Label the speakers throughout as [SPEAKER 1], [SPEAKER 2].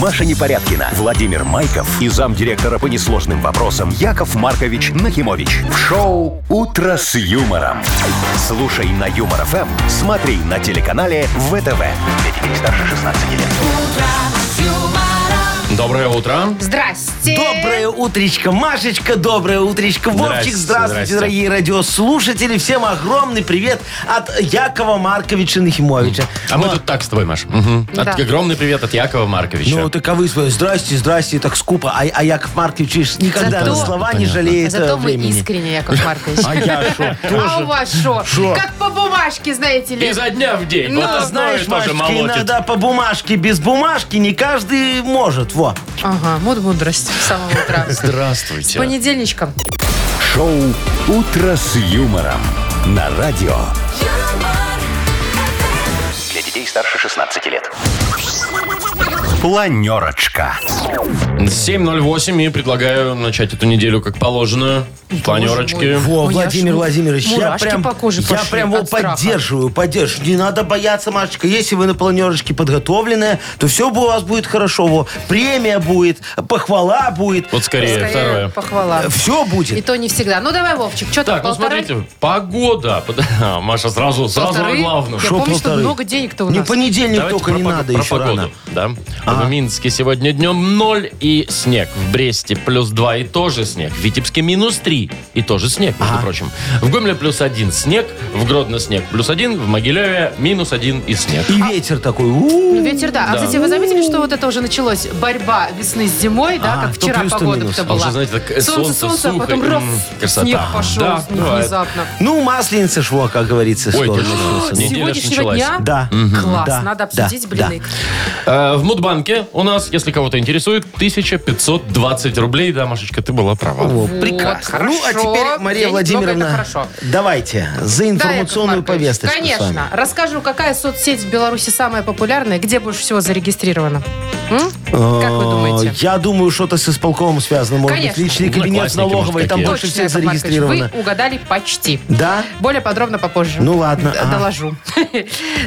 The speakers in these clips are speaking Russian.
[SPEAKER 1] Маша Непорядкина, Владимир Майков и замдиректора по несложным вопросам Яков Маркович Нахимович. В шоу «Утро с юмором». Слушай на Юмор ФМ, смотри на телеканале ВТВ. детей старше 16 лет.
[SPEAKER 2] Доброе утро.
[SPEAKER 3] Здрасте.
[SPEAKER 4] Доброе утречко, Машечка, доброе утречко, Вовчик,
[SPEAKER 2] Здрасте,
[SPEAKER 4] здравствуйте,
[SPEAKER 2] здрасте.
[SPEAKER 4] дорогие радиослушатели. Всем огромный привет от Якова Марковича Нахимовича.
[SPEAKER 2] А мы тут так с тобой, Маш. Мгм.
[SPEAKER 3] Да.
[SPEAKER 2] От- Огромный привет от Якова Марковича.
[SPEAKER 4] Ну, таковы свои. Здрасте, здрасте, так скупо. А, а Яков Маркович видишь, никогда
[SPEAKER 3] Зато-
[SPEAKER 4] на слова не
[SPEAKER 2] Понятно.
[SPEAKER 4] жалеет э,
[SPEAKER 3] А Зато вы
[SPEAKER 4] времени.
[SPEAKER 3] искренне, Яков Маркович.
[SPEAKER 2] а я шо?
[SPEAKER 3] А у вас что? Как по бумажке, знаете ли.
[SPEAKER 2] Изо дня в день.
[SPEAKER 3] Ну,
[SPEAKER 2] Вот
[SPEAKER 4] А
[SPEAKER 2] одно
[SPEAKER 4] знаешь,
[SPEAKER 2] и то же
[SPEAKER 4] Машечка,
[SPEAKER 2] молотит.
[SPEAKER 4] иногда по бумажке, без бумажки не каждый может. Во.
[SPEAKER 3] Ага, муд мудрость с самого утра. С
[SPEAKER 2] Здравствуйте.
[SPEAKER 3] понедельничком.
[SPEAKER 1] Шоу «Утро с юмором» на радио. Для детей старше 16 лет. Планерочка.
[SPEAKER 2] 7.08 и предлагаю начать эту неделю как положено. Планерочки.
[SPEAKER 4] Во,
[SPEAKER 3] Ой,
[SPEAKER 4] Владимир
[SPEAKER 3] аж му-
[SPEAKER 4] Владимирович, я
[SPEAKER 3] мурашки
[SPEAKER 4] прям,
[SPEAKER 3] по коже
[SPEAKER 4] я
[SPEAKER 3] пошли
[SPEAKER 4] прям его
[SPEAKER 3] от страха.
[SPEAKER 4] поддерживаю, поддерживаю. Не надо бояться, Машечка. Если вы на планерочке подготовленная, то все у вас будет хорошо. Во. Премия будет, похвала будет,
[SPEAKER 2] Вот скорее,
[SPEAKER 3] Скорее,
[SPEAKER 2] Э, второе. Э,
[SPEAKER 3] похвала.
[SPEAKER 4] все будет.
[SPEAKER 3] И то не всегда. Ну давай, Вовчик, что там
[SPEAKER 2] Так, ну
[SPEAKER 3] полторы?
[SPEAKER 2] смотрите, погода. Под- А, Маша сразу, сразу о
[SPEAKER 3] Полторы?
[SPEAKER 2] главном.
[SPEAKER 3] Я
[SPEAKER 4] Шо
[SPEAKER 3] помню, что
[SPEAKER 4] полторы?
[SPEAKER 3] много денег-то у
[SPEAKER 4] Не
[SPEAKER 3] нас.
[SPEAKER 4] понедельник
[SPEAKER 2] Давайте
[SPEAKER 4] только
[SPEAKER 2] про
[SPEAKER 4] не
[SPEAKER 2] пог-
[SPEAKER 4] надо
[SPEAKER 2] про
[SPEAKER 4] еще
[SPEAKER 2] погоду,
[SPEAKER 4] рано. А.
[SPEAKER 2] Да. В Минске сегодня днем 0 и снег. В Бресте плюс 2 и тоже снег. В Витебске минус 3 и тоже снег,
[SPEAKER 4] А.
[SPEAKER 2] между прочим. В Гомеле плюс 1 снег. В Гродно снег плюс 1. В Могилеве минус 1 и снег.
[SPEAKER 4] И ветер такой. у-у-у.
[SPEAKER 3] А- Ну, Ветер, да. А, кстати, вы заметили, что вот это уже началось? Борьба весны с зимой, да,
[SPEAKER 4] А,
[SPEAKER 3] как
[SPEAKER 4] то
[SPEAKER 3] вчера
[SPEAKER 4] плюс, то минус.
[SPEAKER 3] погода-то
[SPEAKER 4] А
[SPEAKER 2] А
[SPEAKER 3] была.
[SPEAKER 2] уже, знаете, так э, солнце,
[SPEAKER 3] солнце, солнце, а
[SPEAKER 2] сухо,
[SPEAKER 3] потом
[SPEAKER 2] м,
[SPEAKER 3] раз,
[SPEAKER 2] красота.
[SPEAKER 3] снег пошел
[SPEAKER 2] Да,
[SPEAKER 3] с них
[SPEAKER 2] бывает.
[SPEAKER 3] внезапно.
[SPEAKER 4] Ну, масленица шла, как говорится.
[SPEAKER 2] Ой,
[SPEAKER 4] скоро
[SPEAKER 2] точно.
[SPEAKER 4] начнется.
[SPEAKER 3] С
[SPEAKER 2] Неделя ж
[SPEAKER 3] сегодняшнего
[SPEAKER 2] началась.
[SPEAKER 3] дня?
[SPEAKER 4] Да.
[SPEAKER 3] Класс,
[SPEAKER 4] Да,
[SPEAKER 3] надо
[SPEAKER 4] да,
[SPEAKER 3] обсудить
[SPEAKER 4] да.
[SPEAKER 3] блины.
[SPEAKER 2] Э, В Мудбанке у нас, если кого-то интересует, 1520 рублей. Да, Машечка, ты была права.
[SPEAKER 4] О,
[SPEAKER 3] Вот,
[SPEAKER 4] прекрасно. Ну, а
[SPEAKER 3] хорошо.
[SPEAKER 4] теперь, Мария
[SPEAKER 3] Денег много, это
[SPEAKER 4] Владимировна,
[SPEAKER 3] хорошо.
[SPEAKER 4] давайте за
[SPEAKER 3] Да, Яков
[SPEAKER 4] информационную
[SPEAKER 3] Маркович,
[SPEAKER 4] повесточку с
[SPEAKER 3] Конечно.
[SPEAKER 4] вами.
[SPEAKER 3] Расскажу, какая соцсеть в Беларуси самая популярная, где больше всего зарегистрирована? М? Как вы думаете?
[SPEAKER 4] Э, Я думаю, что-то с исполкомом связано. Может быть,
[SPEAKER 3] Конечно.
[SPEAKER 4] личный кабинет
[SPEAKER 2] Одноклассники,
[SPEAKER 4] налоговой,
[SPEAKER 2] может,
[SPEAKER 4] там
[SPEAKER 2] какие.
[SPEAKER 4] больше всех
[SPEAKER 3] Яков Маркович,
[SPEAKER 4] зарегистрировано.
[SPEAKER 3] Вы угадали почти.
[SPEAKER 4] Да?
[SPEAKER 3] Более подробно попозже.
[SPEAKER 4] Ну ладно,
[SPEAKER 3] Д-
[SPEAKER 4] ага.
[SPEAKER 3] Доложу.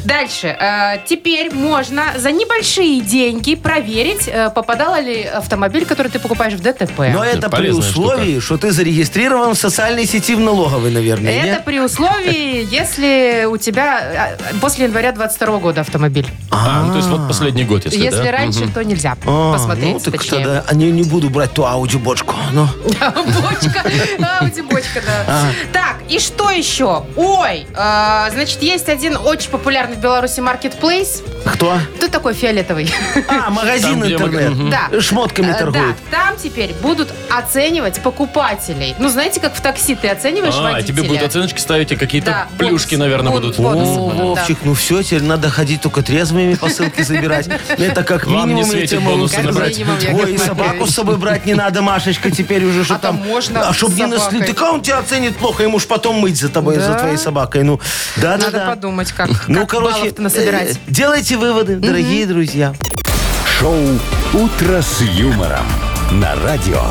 [SPEAKER 3] Дальше. Э, Теперь можно за небольшие деньги проверить, э, попадала ли автомобиль, который ты покупаешь в
[SPEAKER 4] Но
[SPEAKER 3] ДТП.
[SPEAKER 4] это при
[SPEAKER 2] полезная
[SPEAKER 4] условии, что ты зарегистрирован в социальной сети в налоговой, наверное,
[SPEAKER 3] Это
[SPEAKER 4] нет?
[SPEAKER 3] при условии, если у тебя э, после января 22 года автомобиль.
[SPEAKER 2] А, ну, то есть вот последний год, если,
[SPEAKER 3] Если
[SPEAKER 2] да?
[SPEAKER 3] раньше, то нельзя
[SPEAKER 4] А,
[SPEAKER 3] посмотреть
[SPEAKER 4] ну, так
[SPEAKER 3] точнее.
[SPEAKER 4] тогда а, не, не буду брать ту аудиобочку. Ну,
[SPEAKER 3] Бочка. Ауди бочка, да. Так, и что еще? Ой, э, значит, есть один очень популярный в Беларуси маркетплейс.
[SPEAKER 4] кто?
[SPEAKER 3] Ты такой фиолетовый.
[SPEAKER 4] А, магазин
[SPEAKER 2] Там, где
[SPEAKER 4] интернет.
[SPEAKER 2] мага-
[SPEAKER 3] Да.
[SPEAKER 4] Шмотками
[SPEAKER 3] Э,
[SPEAKER 4] торгует.
[SPEAKER 3] Да, там теперь будут оценивать покупателей. Ну, знаете, как в такси ты оцениваешь
[SPEAKER 2] А,
[SPEAKER 3] водителя.
[SPEAKER 2] тебе будут оценочки ставить, и
[SPEAKER 3] Да,
[SPEAKER 2] какие-то плюшки,
[SPEAKER 3] бонус.
[SPEAKER 2] наверное,
[SPEAKER 3] Бон-
[SPEAKER 2] будут.
[SPEAKER 3] бонус.
[SPEAKER 4] О,
[SPEAKER 3] Да.
[SPEAKER 4] Вовчик, ну все, теперь надо ходить только трезвыми посылки забирать. Ну, Это как
[SPEAKER 2] Вам не
[SPEAKER 4] минимум я
[SPEAKER 2] светит
[SPEAKER 4] тебе могу
[SPEAKER 2] бонусы
[SPEAKER 4] сказать.
[SPEAKER 2] набрать.
[SPEAKER 3] Как минимум,
[SPEAKER 4] Ой, и
[SPEAKER 3] Яков
[SPEAKER 4] собаку
[SPEAKER 3] Маркович.
[SPEAKER 4] с собой брать не надо, Машечка, теперь уже, что
[SPEAKER 3] А там
[SPEAKER 4] там...
[SPEAKER 3] можно
[SPEAKER 4] А
[SPEAKER 3] с
[SPEAKER 4] чтоб не
[SPEAKER 3] собакой.
[SPEAKER 4] насли... Так а он тебя оценит плохо, ему ж потом мыть за тобой, за
[SPEAKER 3] Да.
[SPEAKER 4] твоей собакой. Ну,
[SPEAKER 3] Надо
[SPEAKER 4] да-да-да.
[SPEAKER 3] подумать, как,
[SPEAKER 4] Ну,
[SPEAKER 3] как
[SPEAKER 4] короче,
[SPEAKER 3] баллов-то насобирать.
[SPEAKER 4] э, делайте выводы, дорогие друзья.
[SPEAKER 1] Шоу «Утро с юмором» на радио.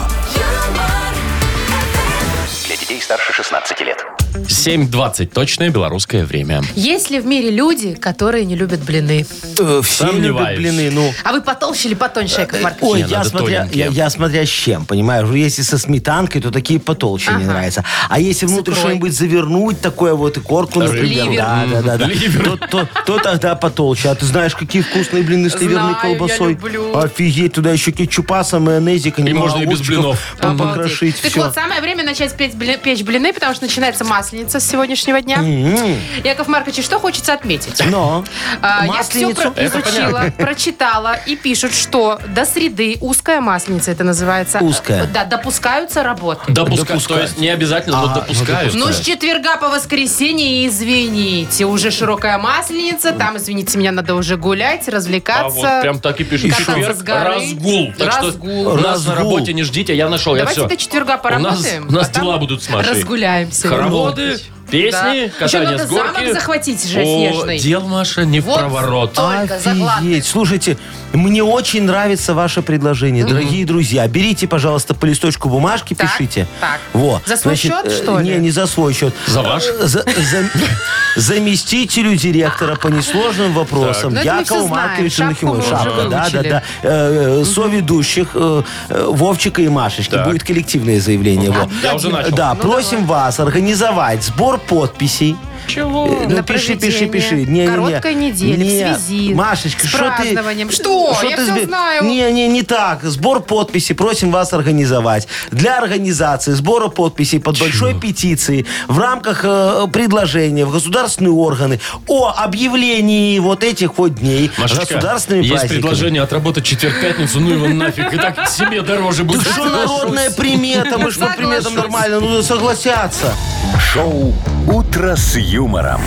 [SPEAKER 1] Для детей старше 16 лет.
[SPEAKER 2] 7.20, точное белорусское время.
[SPEAKER 3] Есть ли в мире люди, которые не любят блины?
[SPEAKER 4] Э, Все любят
[SPEAKER 2] Сомневаюсь.
[SPEAKER 4] блины, ну...
[SPEAKER 3] А вы потолще или потоньше, Яков Маркович?
[SPEAKER 4] Э, Ой,
[SPEAKER 2] Не,
[SPEAKER 4] я
[SPEAKER 2] надо
[SPEAKER 4] смотря, я,
[SPEAKER 2] тоненькие.
[SPEAKER 4] я смотря с чем, понимаешь? Если со сметанкой, то такие потолще не
[SPEAKER 3] Ага.
[SPEAKER 4] нравятся. А если внутрь
[SPEAKER 3] икрой.
[SPEAKER 4] что-нибудь завернуть, такое вот и корку, например,
[SPEAKER 3] Ливер.
[SPEAKER 4] да, да, да, да.
[SPEAKER 2] Ливер.
[SPEAKER 4] То, то- то тогда потолще. А ты знаешь, какие вкусные блины с ливерной
[SPEAKER 3] Знаю, я
[SPEAKER 4] колбасой?
[SPEAKER 3] люблю.
[SPEAKER 4] Офигеть, туда еще кетчупаса, майонезика, немного
[SPEAKER 2] можно и без
[SPEAKER 4] огурчиков
[SPEAKER 2] блинов.
[SPEAKER 4] по-
[SPEAKER 3] Обалдеть.
[SPEAKER 4] Покрошить
[SPEAKER 3] Так
[SPEAKER 4] все.
[SPEAKER 3] вот, самое время начать петь бли- печь блины, потому что начинается масленица с сегодняшнего дня.
[SPEAKER 4] М-м.
[SPEAKER 3] Яков Маркович, и что хочется отметить?
[SPEAKER 4] Но
[SPEAKER 3] А, Я все
[SPEAKER 4] масленицу.
[SPEAKER 2] Это
[SPEAKER 3] изучила, прочитала и пишут, что до среды узкая масленица, это называется.
[SPEAKER 4] Узкая.
[SPEAKER 3] Да, допускаются работы.
[SPEAKER 2] Допускают. То
[SPEAKER 4] Допускают.
[SPEAKER 2] есть не обязательно, но
[SPEAKER 4] А, ну,
[SPEAKER 2] допускают.
[SPEAKER 3] Ну, с четверга по воскресенье, извините, уже широкая масленица, там, извините меня, надо уже гулять,
[SPEAKER 2] а
[SPEAKER 3] развлекаться.
[SPEAKER 2] вот прям так и пишет.
[SPEAKER 3] кататься
[SPEAKER 2] Четверг
[SPEAKER 3] с горы.
[SPEAKER 2] разгул. Так
[SPEAKER 3] Разгул.
[SPEAKER 2] что нас на
[SPEAKER 4] Разгул.
[SPEAKER 2] работе не ждите, я нашел, я
[SPEAKER 3] Давайте
[SPEAKER 2] все.
[SPEAKER 3] до четверга
[SPEAKER 2] У нас,
[SPEAKER 3] поработаем.
[SPEAKER 2] у нас
[SPEAKER 3] а там
[SPEAKER 2] дела будут с Машей.
[SPEAKER 3] Разгуляемся.
[SPEAKER 2] Хороводы, Песни,
[SPEAKER 3] Да. Еще
[SPEAKER 2] катание
[SPEAKER 3] надо
[SPEAKER 2] с горки.
[SPEAKER 3] замок захватить же
[SPEAKER 2] О,
[SPEAKER 3] снежный.
[SPEAKER 2] дел, Маша, не
[SPEAKER 3] Вот. А,
[SPEAKER 2] в проворот.
[SPEAKER 3] Только закладки.
[SPEAKER 4] Офигеть. Слушайте, мне очень нравится ваше предложение, дорогие друзья. Берите, пожалуйста, по листочку бумажки,
[SPEAKER 3] Так,
[SPEAKER 4] пишите.
[SPEAKER 3] так.
[SPEAKER 4] Во.
[SPEAKER 3] За свой счет,
[SPEAKER 4] э,
[SPEAKER 3] что ли?
[SPEAKER 4] Не, не за свой счет.
[SPEAKER 2] За ваш?
[SPEAKER 4] Э, за- за- заместителю директора по несложным вопросам
[SPEAKER 3] Ну, это мы все
[SPEAKER 4] Якову
[SPEAKER 3] знаем.
[SPEAKER 4] Марковичу
[SPEAKER 3] Шапку
[SPEAKER 4] Нахимову.
[SPEAKER 3] мы уже
[SPEAKER 4] Шапка, да, да,
[SPEAKER 3] выучили.
[SPEAKER 4] да. Э, э, Соведущих э, э, Вовчика и Машечки.
[SPEAKER 2] Так.
[SPEAKER 4] Будет коллективное заявление.
[SPEAKER 3] Ну,
[SPEAKER 4] во.
[SPEAKER 2] Я уже начал.
[SPEAKER 4] Да, просим вас организовать сбор подписей.
[SPEAKER 2] Чего?
[SPEAKER 4] Э, Ну,
[SPEAKER 3] На
[SPEAKER 4] пиши, пиши,
[SPEAKER 3] проведение
[SPEAKER 4] пиши. Не, не, не.
[SPEAKER 3] короткой недели, в
[SPEAKER 4] Не.
[SPEAKER 3] связи
[SPEAKER 4] Машечка,
[SPEAKER 3] с
[SPEAKER 4] что ты...
[SPEAKER 3] празднованием. Что? Я всё
[SPEAKER 4] сбе-
[SPEAKER 3] знаю.
[SPEAKER 4] Не, не, не так. Сбор подписей просим вас организовать. Для организации сбора подписей под большой петицией в рамках э, предложения в государственные органы о объявлении вот этих вот дней
[SPEAKER 2] Машечка,
[SPEAKER 4] государственными
[SPEAKER 2] есть
[SPEAKER 4] праздниками.
[SPEAKER 2] предложение отработать четверг-пятницу, ну его нафиг, и так себе дороже будет.
[SPEAKER 4] Так что народная примета, мы же по приметам
[SPEAKER 3] Соглашусь.
[SPEAKER 4] нормально, ну согласятся.
[SPEAKER 1] Шоу «Утро с юмором».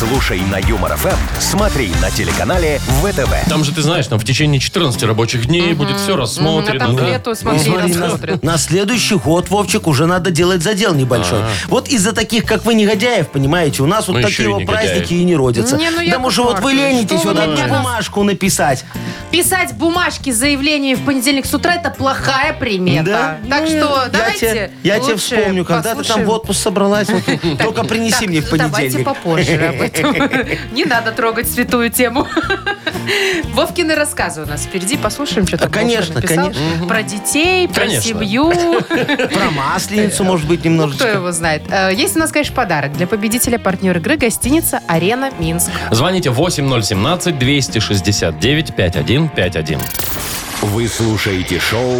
[SPEAKER 1] Слушай на Юмор ФМ, смотри на телеканале ВТВ.
[SPEAKER 2] Там же, ты знаешь, там в течение 14 рабочих дней будет все
[SPEAKER 3] А
[SPEAKER 2] рассмотрено.
[SPEAKER 3] там к
[SPEAKER 2] да.
[SPEAKER 3] лету, смотри,
[SPEAKER 4] Ну, Смотри, на,
[SPEAKER 3] рассмотрят.
[SPEAKER 4] на следующий год, Вовчик, уже надо делать задел небольшой. Вот из-за таких, как вы, негодяев, понимаете, у нас вот
[SPEAKER 2] Мы
[SPEAKER 4] такие
[SPEAKER 2] еще и
[SPEAKER 4] вот
[SPEAKER 2] негодяи.
[SPEAKER 4] праздники и не родятся.
[SPEAKER 3] Не, ну,
[SPEAKER 4] да
[SPEAKER 3] Яков
[SPEAKER 4] может, вот вы
[SPEAKER 3] Маркович,
[SPEAKER 4] ленитесь,
[SPEAKER 3] что
[SPEAKER 4] вот
[SPEAKER 3] вы
[SPEAKER 4] одну
[SPEAKER 3] для нас?
[SPEAKER 4] бумажку написать.
[SPEAKER 3] Писать бумажки с заявлениями в понедельник с утра это плохая примета. а, Так
[SPEAKER 4] Ну,
[SPEAKER 3] что
[SPEAKER 4] я
[SPEAKER 3] давайте
[SPEAKER 4] те- Я тебя
[SPEAKER 3] лучше
[SPEAKER 4] вспомню, когда ты там
[SPEAKER 3] послушаем.
[SPEAKER 4] в отпуск собралась. вот, Только принеси
[SPEAKER 3] Так, ну,
[SPEAKER 4] мне в
[SPEAKER 3] Давайте
[SPEAKER 4] понедельник.
[SPEAKER 3] попозже об этом. Не надо трогать святую тему. Вовкины рассказы у нас впереди. Послушаем, что там
[SPEAKER 4] Конечно,
[SPEAKER 3] Вовка написал.
[SPEAKER 4] конечно.
[SPEAKER 3] Про детей, про
[SPEAKER 2] Конечно.
[SPEAKER 3] семью.
[SPEAKER 4] Про масленицу, может быть,
[SPEAKER 3] Ну, Кто
[SPEAKER 4] немножечко.
[SPEAKER 3] его знает. Э, Есть у нас, конечно, подарок. Для победителя партнер игры гостиница «Арена Минск».
[SPEAKER 2] Звоните 8017-269-5151.
[SPEAKER 1] Вы слушаете шоу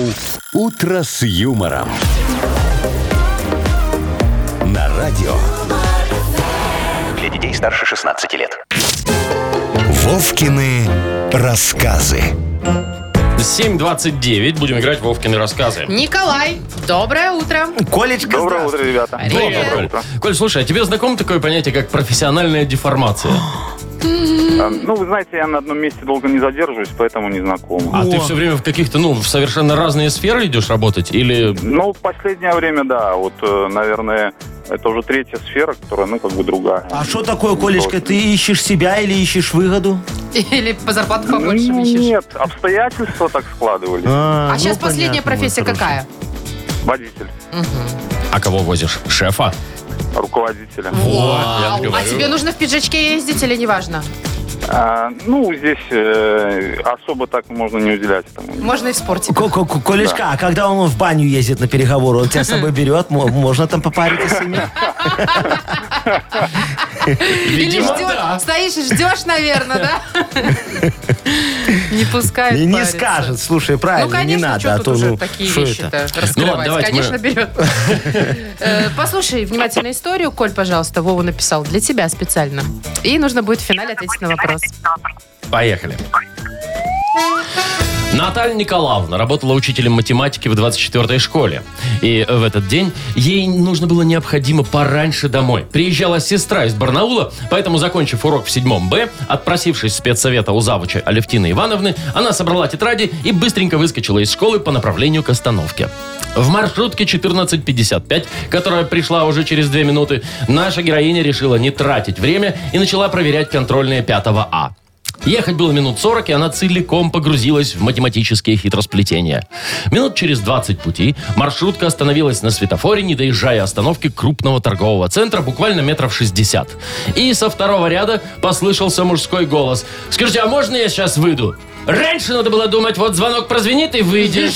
[SPEAKER 1] «Утро с юмором». На радио. Для детей старше 16 лет. Вовкины рассказы.
[SPEAKER 2] 7.29. Будем играть в Вовкины рассказы.
[SPEAKER 3] Николай, доброе утро.
[SPEAKER 4] Колечка,
[SPEAKER 5] Доброе
[SPEAKER 4] здравствуй.
[SPEAKER 5] утро, ребята.
[SPEAKER 3] Привет.
[SPEAKER 2] Коль. Коль, слушай, а тебе знакомо такое понятие, как профессиональная деформация?
[SPEAKER 5] Э, Ну, вы знаете, я на одном месте долго не задерживаюсь, поэтому не знаком.
[SPEAKER 2] А ты
[SPEAKER 4] О.
[SPEAKER 2] все время в каких-то, ну, в совершенно разные сферы идешь работать? Или...
[SPEAKER 5] Ну, в последнее время, да, вот, э, наверное, это уже третья сфера, которая, ну, как бы другая.
[SPEAKER 4] А что такое, Колечка, ты ищешь себя или ищешь выгоду?
[SPEAKER 3] Или по зарплату
[SPEAKER 5] Ну,
[SPEAKER 3] побольше ищешь.
[SPEAKER 5] Нет, обстоятельства так складывались.
[SPEAKER 4] Ну,
[SPEAKER 3] А сейчас последняя профессия какая?
[SPEAKER 5] Водитель,
[SPEAKER 2] А кого возишь? Шефа?
[SPEAKER 5] руководителя.
[SPEAKER 2] я
[SPEAKER 3] Вау.
[SPEAKER 2] говорю.
[SPEAKER 3] А тебе нужно в пиджачке ездить или неважно?
[SPEAKER 5] А, ну, здесь э, особо так можно не уделять этому.
[SPEAKER 3] Можно и в спорте.
[SPEAKER 4] Ко- ко- ко- Колешка, а когда он в баню ездит на переговоры, он тебя с собой берет, Мо- можно там попариться с ним?
[SPEAKER 3] Или
[SPEAKER 2] Видимо,
[SPEAKER 3] ждешь,
[SPEAKER 2] да.
[SPEAKER 3] стоишь и ждешь, наверное, да? Не пускает
[SPEAKER 4] Не, не
[SPEAKER 3] париться.
[SPEAKER 4] скажет, слушай,
[SPEAKER 3] Ну,
[SPEAKER 4] правильно, не
[SPEAKER 3] конечно,
[SPEAKER 4] надо.
[SPEAKER 3] что
[SPEAKER 4] а
[SPEAKER 3] тут
[SPEAKER 4] то,
[SPEAKER 3] уже
[SPEAKER 4] ну,
[SPEAKER 3] такие
[SPEAKER 4] шо это?
[SPEAKER 3] вещи-то
[SPEAKER 2] Ну ладно,
[SPEAKER 3] раскрывать?
[SPEAKER 2] давайте мы-
[SPEAKER 3] Конечно, берет. Э, Послушай внимательно историю. Коль, пожалуйста, Вова написал для тебя специально. И нужно будет в финале ответить на вопрос.
[SPEAKER 2] Поехали. Наталья Николаевна работала учителем математики в 24-й школе. И в этот день ей нужно было необходимо пораньше домой. Приезжала сестра из Барнаула, поэтому, закончив урок в 7 Б, отпросившись спецсовета у завуча Алевтины Ивановны, она собрала тетради и быстренько выскочила из школы по направлению к остановке. В маршрутке 14.55, которая пришла уже через две минуты, наша героиня решила не тратить время и начала проверять контрольные 5 А. Ехать было минут 40, и она целиком погрузилась в математические хитросплетения. Минут через 20 пути маршрутка остановилась на светофоре, не доезжая остановки крупного торгового центра, буквально метров 60. И со второго ряда послышался мужской голос. «Скажите, а можно я сейчас выйду?» Раньше надо было думать, вот звонок прозвенит и выйдешь.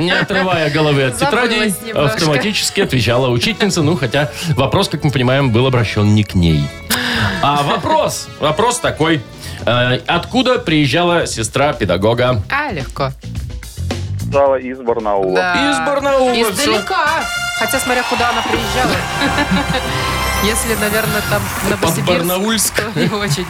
[SPEAKER 2] Не отрывая головы от тетради,
[SPEAKER 3] Забылась немножко.
[SPEAKER 2] автоматически отвечала учительница, ну хотя вопрос, как мы понимаем, был обращен не к ней. А вопрос, вопрос такой. Э, Откуда приезжала сестра педагога?
[SPEAKER 3] А, легко.
[SPEAKER 5] Стала из Барнаула.
[SPEAKER 3] Да.
[SPEAKER 2] Из Барнаула,
[SPEAKER 3] Издалека. Хотя, смотря куда она приезжала. Если, наверное, там Новосибирск,
[SPEAKER 2] Барнаульск.
[SPEAKER 3] то не очень.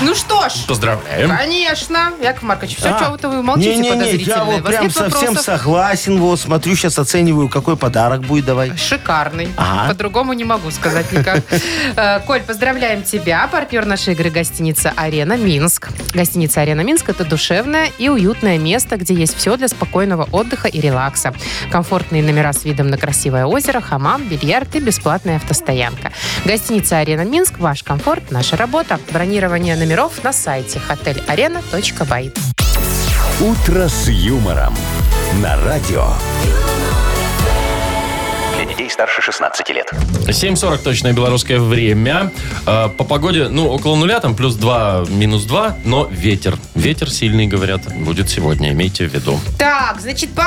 [SPEAKER 3] Ну что ж,
[SPEAKER 2] Поздравляем.
[SPEAKER 3] конечно, Яков Маркович, все,
[SPEAKER 4] А.
[SPEAKER 3] чего-то вы молчите
[SPEAKER 4] Не-не-не,
[SPEAKER 3] подозрительные.
[SPEAKER 4] я вот
[SPEAKER 3] Вас
[SPEAKER 4] прям
[SPEAKER 3] нет
[SPEAKER 4] совсем
[SPEAKER 3] вопросов?
[SPEAKER 4] согласен. Вот, смотрю, сейчас оцениваю, какой подарок будет давай.
[SPEAKER 3] Шикарный.
[SPEAKER 4] Ага.
[SPEAKER 3] По-другому не могу сказать никак. Э, Коль, поздравляем тебя. Партнер нашей игры гостиница «Арена Минск». Гостиница «Арена Минск» — это душевное и уютное место, где есть все для спокойного отдыха и релакса. Комфортные номера с видом на красивое озеро, хамам, бильярд и бесплатная автостоянка. Гостиница «Арена Минск» — ваш комфорт, наша работа. Бронирование номеров на сайте hotelarena.by.
[SPEAKER 1] «Утро с юмором» на радио. Для детей старше 16 лет.
[SPEAKER 2] 7.40 точное белорусское время. Э, По погоде, ну, около нуля, там плюс 2, минус 2, но ветер. Ветер сильный, говорят, будет сегодня, имейте в виду.
[SPEAKER 3] Так, значит, по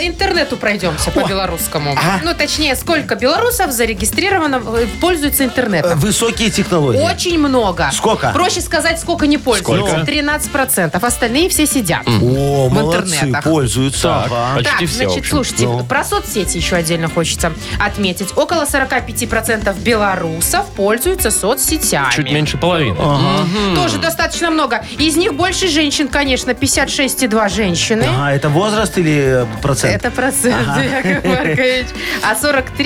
[SPEAKER 3] интернету пройдемся, по белорусскому.
[SPEAKER 4] Ага.
[SPEAKER 3] Ну, точнее, сколько белорусов зарегистрировано, э, пользуются
[SPEAKER 4] Э,
[SPEAKER 3] интернетом?
[SPEAKER 4] Высокие технологии.
[SPEAKER 3] Очень много.
[SPEAKER 4] Сколько?
[SPEAKER 3] Проще сказать, сколько не пользуются.
[SPEAKER 2] Сколько?
[SPEAKER 3] 13%. Остальные все сидят.
[SPEAKER 4] О,
[SPEAKER 3] В
[SPEAKER 4] молодцы,
[SPEAKER 3] интернетах.
[SPEAKER 4] пользуются.
[SPEAKER 2] Так,
[SPEAKER 4] ага.
[SPEAKER 2] почти
[SPEAKER 3] так,
[SPEAKER 2] все, в
[SPEAKER 3] значит,
[SPEAKER 2] общем.
[SPEAKER 3] слушайте,
[SPEAKER 4] Ну.
[SPEAKER 3] про соцсети еще отдельно хочется отметить. Около 45% белорусов пользуются соцсетями.
[SPEAKER 2] Чуть меньше половины.
[SPEAKER 3] Тоже достаточно много. Из них больше женщин, конечно, 56,2 женщины.
[SPEAKER 4] Ага, это возраст или э, процент?
[SPEAKER 3] Э? Это процент, Яков Маркович. А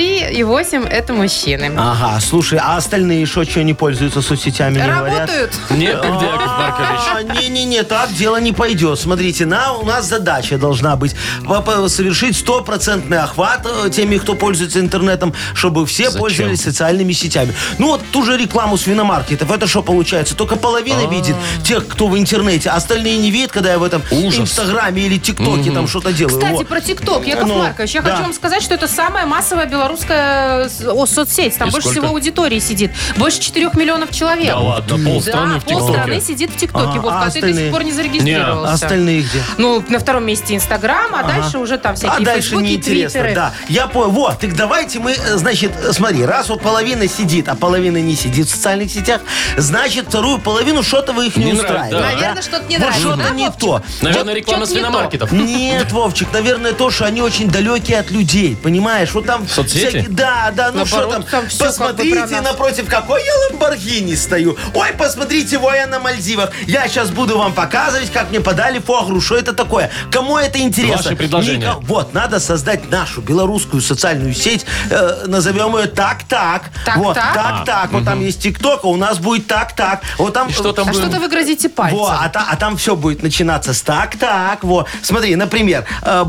[SPEAKER 3] 43,8 это мужчины.
[SPEAKER 4] Ага, слушай, а остальные еще что не пользуются соцсетями? не говорят?
[SPEAKER 3] Работают.
[SPEAKER 2] Нет, Яков Маркович.
[SPEAKER 4] А, Не-не-не, так дело не пойдет. Смотрите, на, у нас задача должна быть по- по- совершить стопроцентный охват э, теми, кто пользуется интернетом, чтобы все
[SPEAKER 2] Зачем?
[SPEAKER 4] пользовались социальными сетями. Ну вот ту же рекламу с виномаркетов. Это что получается? Только половина
[SPEAKER 2] А.
[SPEAKER 4] видит тех, кто в интернете, а остальные не видят, когда я в этом
[SPEAKER 2] Ужас.
[SPEAKER 4] инстаграме или тиктоке там что-то делаю.
[SPEAKER 3] Кстати,
[SPEAKER 4] Вот.
[SPEAKER 3] про ТикТок, Яков
[SPEAKER 4] Ну,
[SPEAKER 3] Маркович, я
[SPEAKER 4] да.
[SPEAKER 3] хочу вам сказать, что это самая массовая белорусская с- о, соцсеть. Там
[SPEAKER 2] И
[SPEAKER 3] больше
[SPEAKER 2] сколько?
[SPEAKER 3] всего аудитории сидит. Больше 4 миллионов человек.
[SPEAKER 2] Да ладно, полстраны
[SPEAKER 3] Да,
[SPEAKER 2] в ТикТоке.
[SPEAKER 3] полстраны сидит в ТикТоке.
[SPEAKER 4] Ага,
[SPEAKER 3] Вовка,
[SPEAKER 4] а
[SPEAKER 3] а ты до сих
[SPEAKER 4] остальные?
[SPEAKER 3] пор не зарегистрировался.
[SPEAKER 4] А остальные где?
[SPEAKER 3] Ну, на втором месте Инстаграм, а дальше уже там всякие
[SPEAKER 4] А дальше
[SPEAKER 3] Фейсбуки,
[SPEAKER 4] неинтересно,
[SPEAKER 3] Твиттеры.
[SPEAKER 4] да. Я понял. Вот, так давайте мы, э, значит, э, смотри, раз вот половина сидит, а половина не сидит в социальных сетях, значит, вторую половину что-то вы их не,
[SPEAKER 2] Не нравится,
[SPEAKER 4] устраивает.
[SPEAKER 2] да.
[SPEAKER 4] да.
[SPEAKER 3] Наверное, что-то не
[SPEAKER 4] Вот
[SPEAKER 3] нравится,
[SPEAKER 4] что-то
[SPEAKER 3] да,
[SPEAKER 4] не
[SPEAKER 3] Вовчик?
[SPEAKER 4] то.
[SPEAKER 2] Наверное, реклама
[SPEAKER 3] чё-то не то.
[SPEAKER 2] свиномаркетов.
[SPEAKER 4] Нет, Вовчик, наверное, то, что они очень далекие от людей, понимаешь? Вот там
[SPEAKER 2] Соцсети?
[SPEAKER 4] всякие- да, да, ну что
[SPEAKER 3] Наоборот,
[SPEAKER 4] там,
[SPEAKER 3] там всё как бы
[SPEAKER 4] посмотрите
[SPEAKER 3] про нас.
[SPEAKER 4] напротив, какой я ламборгини стою. Ой, посмотрите, во я на Мальдивах. Я сейчас буду вам показывать, как мне подали фогру, что это такое. Кому это интересно?
[SPEAKER 2] Ваши предложения.
[SPEAKER 4] Нико- Вот, надо создать нашу белорусскую социальную сеть, э, назовем ее так-так.
[SPEAKER 3] Так-так?
[SPEAKER 4] Вот,
[SPEAKER 2] А,
[SPEAKER 4] так-так. Вот там есть ТикТок, а у нас будет так-так. Вот там...
[SPEAKER 2] И что там
[SPEAKER 3] А
[SPEAKER 2] будет?
[SPEAKER 3] что-то вы грозите пальцем.
[SPEAKER 4] Во, а, та- а там все будет начинаться с так, так, вот. Смотри, например, э,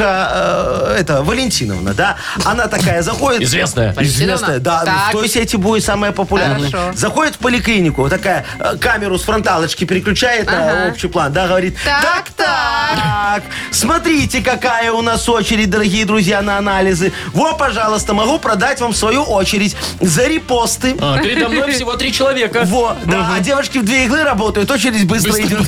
[SPEAKER 4] блогерша, э, это, Валентиновна, да, она такая заходит...
[SPEAKER 2] Известная.
[SPEAKER 4] Известная, да.
[SPEAKER 3] Так.
[SPEAKER 4] В той сети будет самая популярная.
[SPEAKER 3] Хорошо.
[SPEAKER 4] Заходит в поликлинику, вот такая э, камеру с фронталочки переключает на
[SPEAKER 3] Ага.
[SPEAKER 4] общий план, да, говорит,
[SPEAKER 3] Так,
[SPEAKER 4] так, так, смотрите, какая у нас очередь, дорогие друзья, на анализы. Во, пожалуйста, могу продать вам свою очередь за репосты.
[SPEAKER 2] А, передо мной всего три человека.
[SPEAKER 4] Во, да, а девочки в две иглы работают, очередь быстро, идет.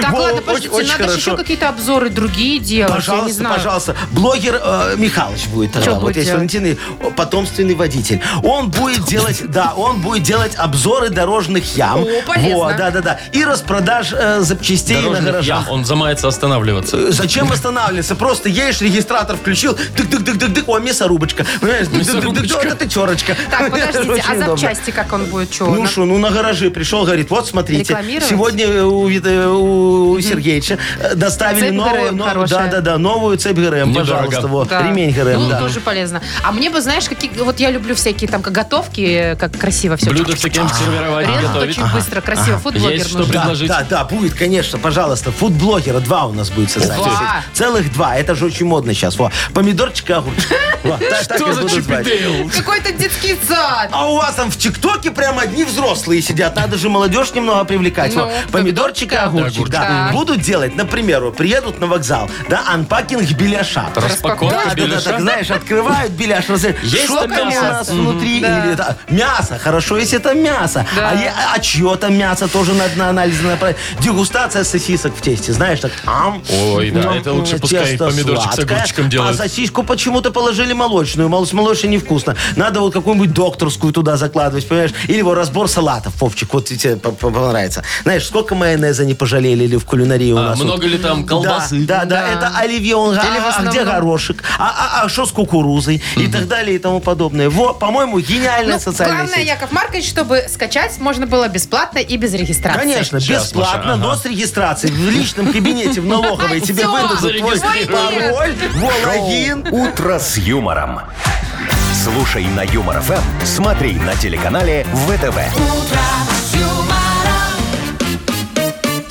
[SPEAKER 3] Так,
[SPEAKER 4] Во,
[SPEAKER 3] ладно,
[SPEAKER 4] очень-
[SPEAKER 3] подождите,
[SPEAKER 4] очень
[SPEAKER 3] надо же
[SPEAKER 4] хорошо.
[SPEAKER 3] еще какие-то обзоры другие делать. я не
[SPEAKER 4] Пожалуйста,
[SPEAKER 3] знаю.
[SPEAKER 4] пожалуйста. Блогер э, Михалыч будет тогда.
[SPEAKER 3] Что
[SPEAKER 4] вот
[SPEAKER 3] будет
[SPEAKER 4] есть
[SPEAKER 3] делать?
[SPEAKER 4] Валентин, э, потомственный водитель. Он будет делать, да, он будет делать обзоры дорожных ям.
[SPEAKER 3] О, полезно.
[SPEAKER 4] Вот, да, да, да. И распродаж э, запчастей на
[SPEAKER 2] Дорожных
[SPEAKER 4] гаражах.
[SPEAKER 2] ям. Он замается останавливаться.
[SPEAKER 4] Э, Зачем останавливаться? Просто едешь, регистратор включил, дык дык дык дык дык о, мясорубочка. Понимаешь, дык дык дык дык
[SPEAKER 2] Мясорубочка.
[SPEAKER 4] вот это терочка.
[SPEAKER 3] Так, подождите,
[SPEAKER 4] Очень
[SPEAKER 3] а
[SPEAKER 4] удобно.
[SPEAKER 3] запчасти как он будет? Что,
[SPEAKER 4] Ну
[SPEAKER 3] на-
[SPEAKER 4] что, ну на гаражи пришел, говорит, вот смотрите,
[SPEAKER 3] Рекламировать?
[SPEAKER 4] сегодня э, у, Вит- э, у Сергеевича э, доставили
[SPEAKER 3] Цепь
[SPEAKER 4] новую,
[SPEAKER 3] ГРМ
[SPEAKER 4] но-
[SPEAKER 3] хорошая.
[SPEAKER 4] да, да, да, новую цепь ГРМ,
[SPEAKER 2] Недорого.
[SPEAKER 4] пожалуйста, вот,
[SPEAKER 3] Да.
[SPEAKER 4] ремень ГРМ,
[SPEAKER 3] Ну,
[SPEAKER 4] да.
[SPEAKER 3] тоже полезно. А мне бы, знаешь, какие... Вот я люблю всякие там готовки, как красиво все.
[SPEAKER 2] Блюдо всяким сервировать,
[SPEAKER 3] Режут
[SPEAKER 2] готовить.
[SPEAKER 3] очень быстро, красиво. Футблогер
[SPEAKER 2] Есть что
[SPEAKER 3] нужен.
[SPEAKER 4] Да,
[SPEAKER 2] предложить.
[SPEAKER 4] Да, да, будет, конечно, пожалуйста. Фудблогера два у нас будет создать.
[SPEAKER 3] Ух ты.
[SPEAKER 4] Целых два. Это же очень модно сейчас. Во. Помидорчик и огурчик. Во, так- так
[SPEAKER 2] Что
[SPEAKER 4] их
[SPEAKER 2] за
[SPEAKER 4] будут звать.
[SPEAKER 2] чипидейл?
[SPEAKER 3] Какой-то детский сад.
[SPEAKER 4] А у вас там в ТикТоке прям одни взрослые сидят. Надо же молодежь немного привлекать.
[SPEAKER 3] Ну,
[SPEAKER 4] Вот, помидорчик и огурчик,
[SPEAKER 2] огурчик.
[SPEAKER 4] да.
[SPEAKER 3] Так.
[SPEAKER 4] Будут делать, например, вот, приедут на вокзал, да, анпакинг беляша.
[SPEAKER 2] Распаковка
[SPEAKER 4] Да, да, да, так,
[SPEAKER 2] беляша.
[SPEAKER 4] знаешь, открывают беляш, разрезают.
[SPEAKER 2] Есть
[SPEAKER 4] Что
[SPEAKER 2] там
[SPEAKER 4] там у
[SPEAKER 2] мясо?
[SPEAKER 4] нас внутри?
[SPEAKER 3] Да.
[SPEAKER 4] Или это- Мясо, хорошо, если это мясо.
[SPEAKER 3] Да.
[SPEAKER 4] А, е- а чье-то мясо тоже надо на анализ направить. Дегустация сосисок в тесте, знаешь, так Ну, там.
[SPEAKER 2] Ой, да, это лучше пускай помидорчик с огурчиком делают.
[SPEAKER 4] А сосиску почему-то положили положили молочную, мол- с молочной невкусно. Надо вот какую-нибудь докторскую туда закладывать, понимаешь? Или вот разбор салатов, Вовчик, вот тебе по- по- понравится. Знаешь, сколько майонеза не пожалели или в кулинарии у
[SPEAKER 2] А,
[SPEAKER 4] нас? вот?
[SPEAKER 2] много ли там колбасы?
[SPEAKER 4] Да, да, да,
[SPEAKER 3] Да.
[SPEAKER 4] это оливье, он, а,
[SPEAKER 3] Или в
[SPEAKER 4] а
[SPEAKER 3] основном-
[SPEAKER 4] где горошек? А- А что с кукурузой? И так далее, и тому подобное. Вот, по-моему, гениальная
[SPEAKER 3] Ну,
[SPEAKER 4] социальная
[SPEAKER 3] главное,
[SPEAKER 4] сеть.
[SPEAKER 3] Яков Маркович, чтобы скачать можно было бесплатно и без регистрации.
[SPEAKER 4] Конечно,
[SPEAKER 2] Сейчас,
[SPEAKER 4] бесплатно,
[SPEAKER 2] Маша, ага.
[SPEAKER 4] но с регистрацией. В личном кабинете в налоговой тебе
[SPEAKER 3] Всё,
[SPEAKER 4] выдадут твой
[SPEAKER 2] зарегистрируй.
[SPEAKER 4] пароль, во, логин.
[SPEAKER 1] «Утро с юмором». Слушай на Юмор ФМ, смотри на телеканале ВТВ.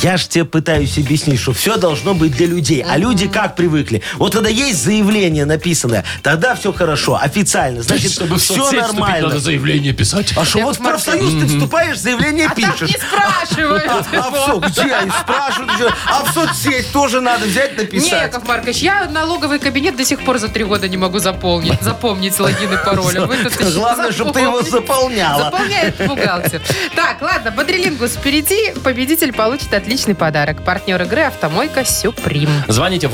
[SPEAKER 4] Я ж тебе пытаюсь объяснить, что все должно быть для людей. А люди как привыкли? Вот когда есть заявление написанное, тогда все хорошо, официально. Значит,
[SPEAKER 2] Чтобы в
[SPEAKER 4] все
[SPEAKER 2] соцсеть вступить,
[SPEAKER 4] нормально.
[SPEAKER 2] надо заявление писать.
[SPEAKER 4] А что вот в
[SPEAKER 3] Маркович.
[SPEAKER 4] профсоюз ты вступаешь, заявление
[SPEAKER 3] А так
[SPEAKER 4] пишешь.
[SPEAKER 3] не спрашивают.
[SPEAKER 4] А, а все, где они спрашивают? еще? А в соцсеть тоже надо взять
[SPEAKER 3] Не,
[SPEAKER 4] написать.
[SPEAKER 3] Яков Маркович, я налоговый кабинет до сих пор за три года не могу заполнить, запомнить логин и пароль. А вы тут еще
[SPEAKER 4] Главное, чтобы ты его
[SPEAKER 3] запомните.
[SPEAKER 4] заполняла.
[SPEAKER 3] Заполняет бухгалтер. Так, ладно, Бодрилингус впереди. Победитель получит отличный подарок. Партнер игры «Автомойка Сюприм».
[SPEAKER 2] Звоните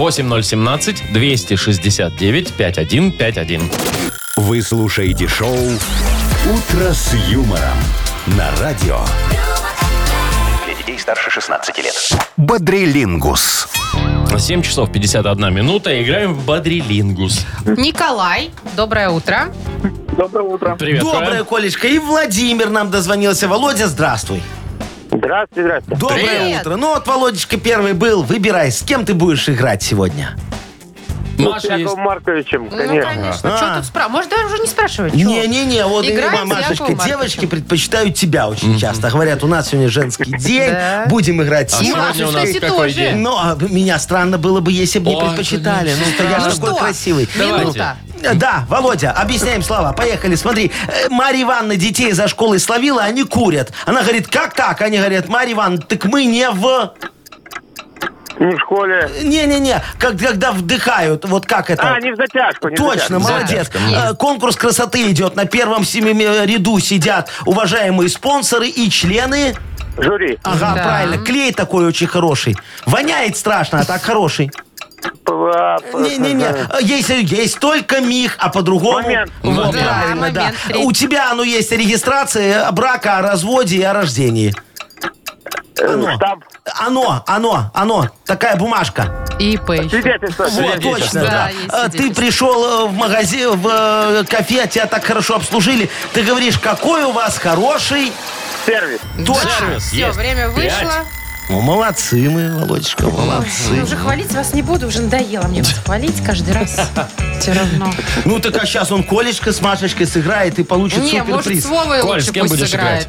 [SPEAKER 2] 8017-269-5151.
[SPEAKER 1] Вы слушаете шоу «Утро с юмором» на радио. Для детей старше 16 лет. Бодрилингус.
[SPEAKER 2] 7 часов 51 минута. Играем в Бадрилингус.
[SPEAKER 3] Николай, доброе утро.
[SPEAKER 6] Доброе утро.
[SPEAKER 2] Привет, Коля.
[SPEAKER 4] Доброе, Колечка. И Владимир нам дозвонился. Володя, здравствуй.
[SPEAKER 6] Здравствуйте, здравствуйте.
[SPEAKER 4] Доброе
[SPEAKER 3] Привет.
[SPEAKER 4] утро. Ну вот Володечка первый был. Выбирай, с кем ты будешь играть сегодня.
[SPEAKER 6] С
[SPEAKER 2] Маша есть.
[SPEAKER 6] Яковом Марковичем,
[SPEAKER 3] Ну,
[SPEAKER 6] конечно.
[SPEAKER 3] конечно. Что
[SPEAKER 4] А.
[SPEAKER 3] тут спра... Может, даже уже не спрашивать. чё?
[SPEAKER 4] Не-не-не, вот
[SPEAKER 3] Играть
[SPEAKER 4] Игорь,
[SPEAKER 3] с Яковом
[SPEAKER 4] Машечка,
[SPEAKER 3] Марковичем.
[SPEAKER 4] девочки предпочитают тебя очень часто. Говорят, у нас сегодня женский день,
[SPEAKER 3] Да.
[SPEAKER 4] будем играть с
[SPEAKER 2] А сегодня у
[SPEAKER 4] Машечкой.
[SPEAKER 2] нас
[SPEAKER 3] Машечка,
[SPEAKER 2] какой
[SPEAKER 3] тоже.
[SPEAKER 2] день?
[SPEAKER 4] Ну, а меня странно было бы, если бы не
[SPEAKER 2] Ой,
[SPEAKER 4] предпочитали. Ну,
[SPEAKER 2] конечно.
[SPEAKER 4] я
[SPEAKER 3] Ну
[SPEAKER 4] же такой
[SPEAKER 3] что,
[SPEAKER 4] красивый. Ну,
[SPEAKER 2] Давайте.
[SPEAKER 3] минута.
[SPEAKER 4] Да, Володя, объясняем слова. Поехали, смотри. Э, Марья Ивановна детей за школой словила, они курят. Она говорит, как так? Они говорят, Марья Ивановна, так мы не в...
[SPEAKER 6] Не в школе.
[SPEAKER 4] Не-не-не, как- когда вдыхают, вот как это?
[SPEAKER 6] А, не в затяжку, не в затяжку.
[SPEAKER 4] Точно, молодец.
[SPEAKER 2] Затяжка,
[SPEAKER 4] Э, Конкурс красоты идет. На первом семим ряду сидят уважаемые спонсоры и члены.
[SPEAKER 6] Жюри.
[SPEAKER 4] Ага,
[SPEAKER 3] Да.
[SPEAKER 4] правильно. Клей такой очень хороший. Воняет страшно, а так хороший. Не-не-не, э, есть, есть только миг, а по-другому...
[SPEAKER 6] Момент.
[SPEAKER 4] Вот,
[SPEAKER 2] Момент.
[SPEAKER 4] правильно,
[SPEAKER 3] Да,
[SPEAKER 4] да.
[SPEAKER 3] момент третий.
[SPEAKER 4] У тебя, оно есть регистрация э, брака о разводе и о рождении.
[SPEAKER 6] Э,
[SPEAKER 4] Оно.
[SPEAKER 6] Штаб.
[SPEAKER 4] Оно, оно, оно. Такая бумажка.
[SPEAKER 3] ИП еще.
[SPEAKER 6] Свидетельство.
[SPEAKER 4] Вот, точно,
[SPEAKER 3] Да,
[SPEAKER 4] да.
[SPEAKER 3] есть
[SPEAKER 4] А, Ты
[SPEAKER 3] свидетельство.
[SPEAKER 4] пришел э, в магазин, в э, кафе, тебя так хорошо обслужили. Ты говоришь, какой у вас хороший...
[SPEAKER 6] Сервис.
[SPEAKER 4] Точно.
[SPEAKER 2] Сервис
[SPEAKER 3] Все,
[SPEAKER 2] есть.
[SPEAKER 3] время
[SPEAKER 2] Пять.
[SPEAKER 3] вышло.
[SPEAKER 4] Ну, молодцы мы, Володечка,
[SPEAKER 3] Ну,
[SPEAKER 4] молодцы.
[SPEAKER 3] уже хвалить вас не буду, уже надоело мне вас хвалить каждый раз. Все равно.
[SPEAKER 4] Ну, так а сейчас он Колечка с Машечкой сыграет и получит
[SPEAKER 3] Не, может,
[SPEAKER 4] суперприз.
[SPEAKER 3] с Вовой
[SPEAKER 2] Коль,
[SPEAKER 3] лучше
[SPEAKER 2] с кем
[SPEAKER 3] пусть
[SPEAKER 2] будешь
[SPEAKER 3] сыграет.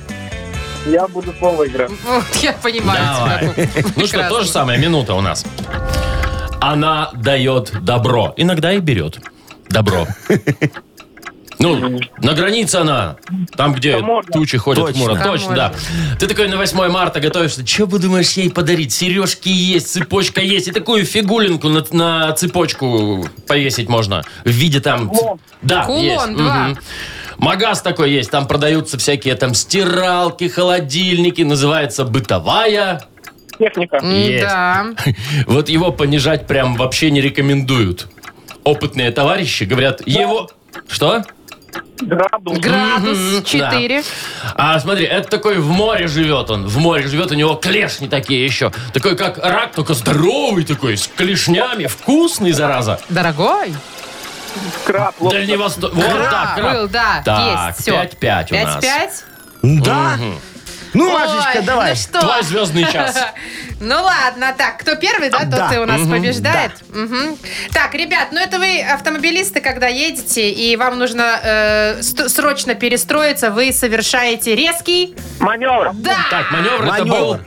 [SPEAKER 6] Я буду снова играть.
[SPEAKER 3] Вот, я понимаю
[SPEAKER 2] Давай.
[SPEAKER 3] тебя.
[SPEAKER 2] Ну что, то же самое, минута у нас. Она дает добро. Иногда и берет добро. Ну, на границе она, там, где
[SPEAKER 6] Таможня.
[SPEAKER 2] тучи ходят
[SPEAKER 4] Точно.
[SPEAKER 2] хмуро. Точно, да. Ты такой на 8 марта готовишься. Че бы думаешь ей подарить? Сережки есть, цепочка есть. И такую фигулинку на, на цепочку повесить можно. В виде там... Да,
[SPEAKER 3] Кулон,
[SPEAKER 2] есть.
[SPEAKER 3] два.
[SPEAKER 2] Мгм. Магаз такой есть, там продаются всякие там стиралки, холодильники, называется бытовая.
[SPEAKER 6] Техника.
[SPEAKER 2] Есть.
[SPEAKER 3] Да.
[SPEAKER 2] Вот его понижать прям вообще не рекомендуют. Опытные товарищи говорят, его... Что?
[SPEAKER 6] Градус.
[SPEAKER 2] Мгм,
[SPEAKER 3] Градус 4.
[SPEAKER 2] А смотри, это такой в море живет он. В море живет, у него клешни такие еще. Такой как рак, только здоровый такой, с клешнями. Вкусный, зараза.
[SPEAKER 3] Дорогой?
[SPEAKER 6] Краб. лоб.
[SPEAKER 2] Дальневосток. Вот так, краб.
[SPEAKER 3] Был, да.
[SPEAKER 2] Так,
[SPEAKER 3] есть. Все.
[SPEAKER 2] 5-5 у нас.
[SPEAKER 3] 5-5?
[SPEAKER 4] Да? Ну, Машечка,
[SPEAKER 3] Ой,
[SPEAKER 4] давай.
[SPEAKER 3] Ну что?
[SPEAKER 2] Твой звездный час.
[SPEAKER 3] Ну ладно, так, кто первый, да, тот
[SPEAKER 4] Да.
[SPEAKER 3] и у нас побеждает. Мгм. Так, ребят, ну это вы автомобилисты, когда едете, и вам нужно э, ст- срочно перестроиться, вы совершаете резкий...
[SPEAKER 6] Маневр.
[SPEAKER 3] Да!
[SPEAKER 2] Так, маневр, это был...
[SPEAKER 4] Маневр.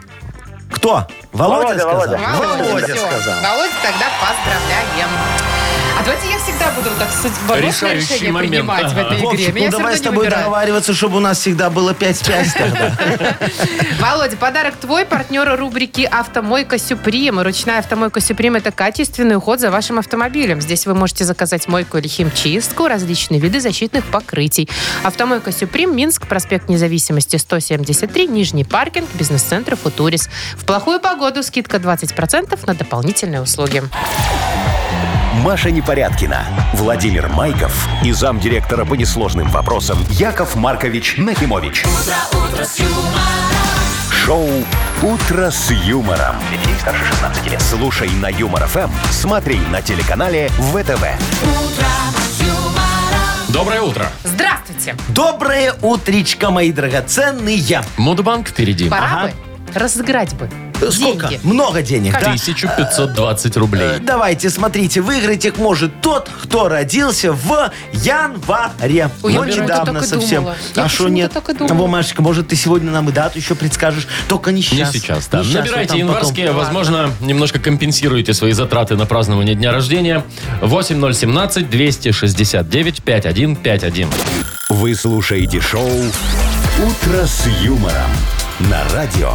[SPEAKER 4] Кто? Володя,
[SPEAKER 6] Володя,
[SPEAKER 4] сказал?
[SPEAKER 3] Володя,
[SPEAKER 4] Володя
[SPEAKER 3] всё.
[SPEAKER 4] сказал.
[SPEAKER 3] Володя, тогда поздравляем. А давайте я всегда буду так судьбоносное
[SPEAKER 2] Решающий
[SPEAKER 3] решение
[SPEAKER 2] момент,
[SPEAKER 3] принимать
[SPEAKER 2] ага.
[SPEAKER 3] в этой игре.
[SPEAKER 4] Вовчик,
[SPEAKER 3] Меня
[SPEAKER 4] ну
[SPEAKER 3] всё
[SPEAKER 4] давай
[SPEAKER 3] равно
[SPEAKER 4] с
[SPEAKER 3] не
[SPEAKER 4] тобой
[SPEAKER 3] выбирают.
[SPEAKER 4] договариваться, чтобы у нас всегда было 5-5 тогда.
[SPEAKER 3] Володя, подарок твой, партнер рубрики «Автомойка Сюприм». Ручная «Автомойка Сюприм» — это качественный уход за вашим автомобилем. Здесь вы можете заказать мойку или химчистку, различные виды защитных покрытий. «Автомойка Сюприм», Минск, проспект Независимости, 173, Нижний паркинг, бизнес-центр «Футурис». В плохую погоду скидка 20% на дополнительные услуги.
[SPEAKER 1] Маша Непорядкина, Владимир Майков и замдиректора по несложным вопросам Яков Маркович Нахимович. Шоу Утро с юмором. Детей старше 16 лет. Слушай на юмор ФМ, смотри на телеканале ВТВ.
[SPEAKER 2] Доброе утро.
[SPEAKER 3] Здравствуйте.
[SPEAKER 4] Доброе утречко, мои драгоценные.
[SPEAKER 2] Мудбанк впереди.
[SPEAKER 3] Пора бы разыграть бы.
[SPEAKER 4] Сколько?
[SPEAKER 3] Деньги.
[SPEAKER 4] Много денег, да? Э,
[SPEAKER 2] 1520 рублей.
[SPEAKER 4] Давайте, смотрите, выиграть их может тот, кто родился в январе.
[SPEAKER 3] Ой, я
[SPEAKER 4] Ну,
[SPEAKER 3] почему-то так и думала. Я
[SPEAKER 4] А что
[SPEAKER 3] почему-то
[SPEAKER 4] нет?
[SPEAKER 3] так и думала.
[SPEAKER 4] Во, Машечка, может, ты сегодня нам и дату еще предскажешь, только не
[SPEAKER 2] Не
[SPEAKER 4] сейчас.
[SPEAKER 2] сейчас, да.
[SPEAKER 4] Не щас, а
[SPEAKER 2] Набирайте
[SPEAKER 4] там потом.
[SPEAKER 2] январские, возможно, немножко компенсируете свои затраты на празднование дня рождения. 8017-269-5151.
[SPEAKER 1] Вы слушаете шоу Утро с юмором на радио.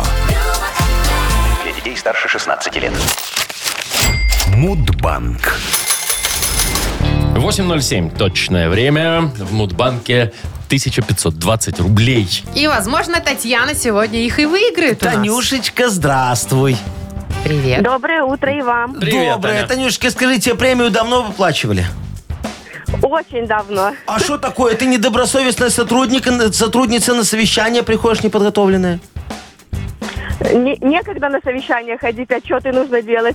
[SPEAKER 1] Для детей старше 16 лет. Мудбанк.
[SPEAKER 2] 8.07. Точное время. В Мудбанке 1520 рублей.
[SPEAKER 3] И, возможно, Татьяна сегодня их и выиграет у нас.
[SPEAKER 4] Танюшечка, здравствуй.
[SPEAKER 3] Привет.
[SPEAKER 7] Доброе утро и вам.
[SPEAKER 2] Привет,
[SPEAKER 4] Доброе.
[SPEAKER 2] Таня.
[SPEAKER 4] Танюшечка, скажи, тебе премию давно выплачивали?
[SPEAKER 7] Очень давно.
[SPEAKER 4] А что такое? Ты недобросовестная сотрудника, сотрудница на совещание приходишь неподготовленная?
[SPEAKER 7] Не- некогда на совещание ходить, отчеты нужно
[SPEAKER 2] Работать
[SPEAKER 7] делать.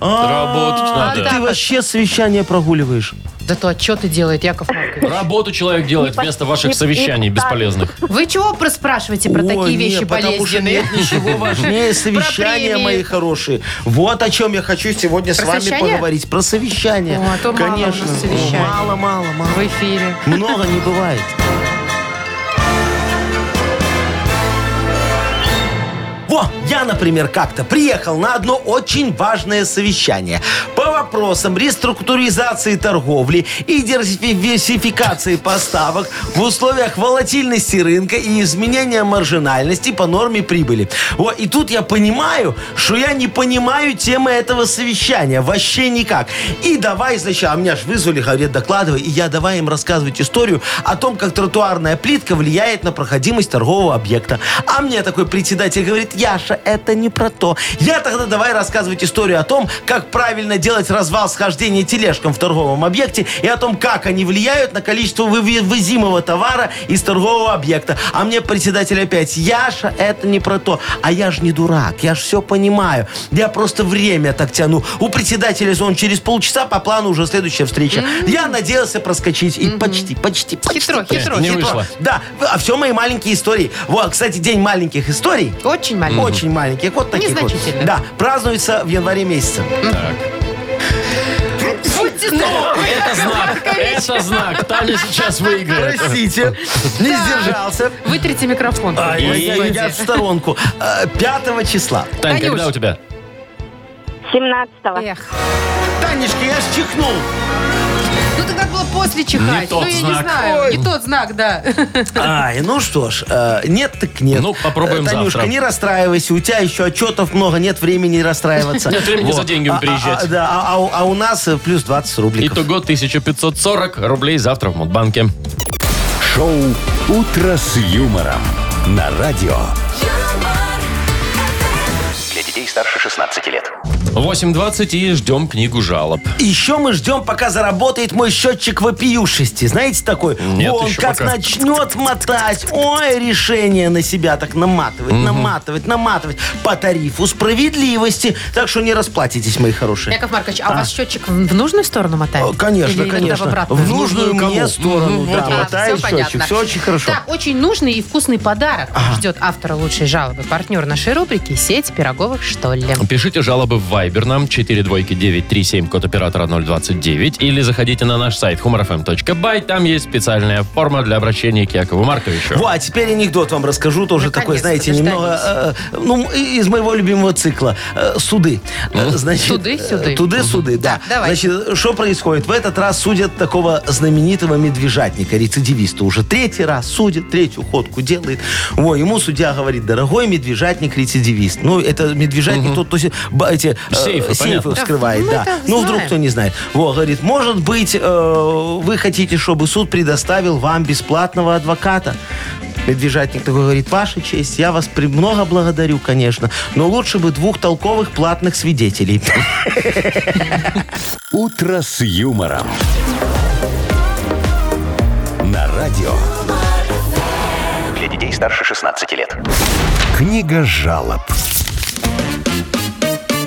[SPEAKER 4] А,
[SPEAKER 2] надо.
[SPEAKER 4] Ты вообще совещание прогуливаешь.
[SPEAKER 3] Да то отчеты делает Яков Маркович.
[SPEAKER 2] Работу человек делает вместо ваших
[SPEAKER 7] не-
[SPEAKER 2] совещаний
[SPEAKER 7] не-
[SPEAKER 2] бесполезных.
[SPEAKER 3] Вы чего спрашиваете про
[SPEAKER 4] Ой,
[SPEAKER 3] такие
[SPEAKER 4] нет,
[SPEAKER 3] вещи
[SPEAKER 4] потому что
[SPEAKER 3] болезненные?
[SPEAKER 4] нет ничего важнее совещания,
[SPEAKER 3] премии.
[SPEAKER 4] мои хорошие. Вот о чем я хочу сегодня с
[SPEAKER 3] Про
[SPEAKER 4] вами
[SPEAKER 3] совещание?
[SPEAKER 4] поговорить. Про совещание.
[SPEAKER 3] О, а то мало у нас
[SPEAKER 4] Конечно.
[SPEAKER 3] совещаний.
[SPEAKER 4] мало, мало, мало.
[SPEAKER 3] В эфире.
[SPEAKER 4] Много не бывает. Во, я, например, как-то приехал на одно очень важное совещание по вопросам реструктуризации торговли и диверсификации поставок в условиях волатильности рынка и изменения маржинальности по норме прибыли. Во, и тут я понимаю, что я не понимаю темы этого совещания. Вообще никак. И давай, значит, а меня ж вызвали, говорят, докладывай, и я давай им рассказывать историю о том, как тротуарная плитка влияет на проходимость торгового объекта. А мне такой председатель говорит, Яша, это не про то. Я тогда давай рассказывать историю о том, как правильно делать развал схождения тележкам в торговом объекте и о том, как они влияют на количество вывозимого товара из торгового объекта. А мне председатель опять, Яша, это не про то. А я же не дурак, я же все понимаю. Я просто время так тяну. У председателя он через полчаса по плану уже следующая встреча. Я надеялся проскочить. И почти, почти, почти.
[SPEAKER 3] Хитро,
[SPEAKER 4] почти,
[SPEAKER 3] хитро,
[SPEAKER 2] Не
[SPEAKER 4] хитро.
[SPEAKER 2] вышло.
[SPEAKER 4] Да, а все мои маленькие истории. Вот, кстати, день маленьких историй.
[SPEAKER 3] Очень маленький.
[SPEAKER 4] Очень маленьких, вот таких вот.
[SPEAKER 3] Незначительных.
[SPEAKER 4] Да, празднуется в январе месяце.
[SPEAKER 3] Будьте здоровы,
[SPEAKER 2] Это
[SPEAKER 3] Яков
[SPEAKER 2] знак.
[SPEAKER 3] Маркович.
[SPEAKER 2] Это знак. Таня сейчас выиграет.
[SPEAKER 4] Простите, не сдержался.
[SPEAKER 3] Вытрите микрофон.
[SPEAKER 4] Ай, А, Я
[SPEAKER 3] Господи.
[SPEAKER 4] я в сторонку. 5 числа.
[SPEAKER 2] Тань, когда
[SPEAKER 3] Танюш.
[SPEAKER 2] у тебя?
[SPEAKER 7] 17-го.
[SPEAKER 3] Эх.
[SPEAKER 4] Танечка, я ж чихнул.
[SPEAKER 3] Ну ты как было после
[SPEAKER 2] Не
[SPEAKER 3] чихать?
[SPEAKER 2] тот
[SPEAKER 3] ну я
[SPEAKER 2] знак.
[SPEAKER 3] не знаю. Не тот знак, да.
[SPEAKER 4] Ай, ну что ж, э, нет так нет.
[SPEAKER 2] Ну, попробуем
[SPEAKER 4] Э, Танюшка,
[SPEAKER 2] завтра.
[SPEAKER 4] не расстраивайся, у тебя еще отчетов много, нет времени расстраиваться.
[SPEAKER 2] Нет времени
[SPEAKER 4] Вот.
[SPEAKER 2] за деньгами
[SPEAKER 4] А- а-
[SPEAKER 2] приезжать.
[SPEAKER 4] Да, а- а у- а у нас э, плюс 20 рубликов.
[SPEAKER 2] Итого 1540 рублей завтра в Мудбанке.
[SPEAKER 1] Шоу Утро с юмором на радио. Для детей старше 16 лет.
[SPEAKER 2] 8.20 и ждем книгу жалоб.
[SPEAKER 4] Еще мы ждем, пока заработает мой счетчик вопиюшести. Знаете такой?
[SPEAKER 2] Нет,
[SPEAKER 4] Он
[SPEAKER 2] еще
[SPEAKER 4] как
[SPEAKER 2] пока.
[SPEAKER 4] начнет мотать. Ой, решение на себя так наматывать, наматывать, наматывать. По тарифу справедливости. Так что не расплатитесь, мои хорошие.
[SPEAKER 3] Яков Маркович, а у вас счетчик в в нужную сторону
[SPEAKER 4] Э,
[SPEAKER 3] мотает?
[SPEAKER 4] Конечно,
[SPEAKER 3] Или иногда
[SPEAKER 4] конечно.
[SPEAKER 3] В обратную?
[SPEAKER 4] В нужную
[SPEAKER 2] нужную
[SPEAKER 4] мне
[SPEAKER 2] кому?
[SPEAKER 4] сторону.
[SPEAKER 2] Мгм,
[SPEAKER 4] Да,
[SPEAKER 2] вот, вот.
[SPEAKER 4] мотает
[SPEAKER 3] все
[SPEAKER 4] счетчик.
[SPEAKER 3] понятно.
[SPEAKER 4] Все очень хорошо.
[SPEAKER 3] Так, очень нужный и вкусный подарок ждет автора лучшей жалобы. Партнер нашей рубрики «Сеть пироговых, что ли».
[SPEAKER 2] Пишите жалобы в Viber нам 42937, код оператора 029, или заходите на наш сайт humorfm.by, там есть специальная форма для обращения к Якову Марковичу.
[SPEAKER 4] Во, а теперь анекдот вам расскажу, тоже такой,
[SPEAKER 3] Наконец-то,
[SPEAKER 4] знаете, немного, э, ну, и- из моего любимого цикла, э, суды. Э, Значит,
[SPEAKER 3] Туды-сюды.
[SPEAKER 4] э, Туды-суды, да.
[SPEAKER 3] Так, давай.
[SPEAKER 4] Значит, что происходит? В этот раз судят такого знаменитого медвежатника, рецидивиста. Уже третий раз судят, третью ходку делает. Во, ему судья говорит, дорогой медвежатник, рецидивист. Ну, это медвежатник тот, кто се- ба- эти э,
[SPEAKER 2] Сейфы, понятно.
[SPEAKER 4] сейфы вскрывает,
[SPEAKER 3] Ну,
[SPEAKER 4] да.
[SPEAKER 3] это
[SPEAKER 4] Ну,
[SPEAKER 3] знаем.
[SPEAKER 4] вдруг кто не знает. Во, говорит, может быть, э, вы хотите, чтобы суд предоставил вам бесплатного адвоката? Медвежатник такой говорит, ваша честь, я вас много благодарю, конечно, но лучше бы двух толковых платных свидетелей.
[SPEAKER 1] «Утро с юмором». На радио.
[SPEAKER 8] Для детей старше 16 лет.
[SPEAKER 1] Книга жалоб.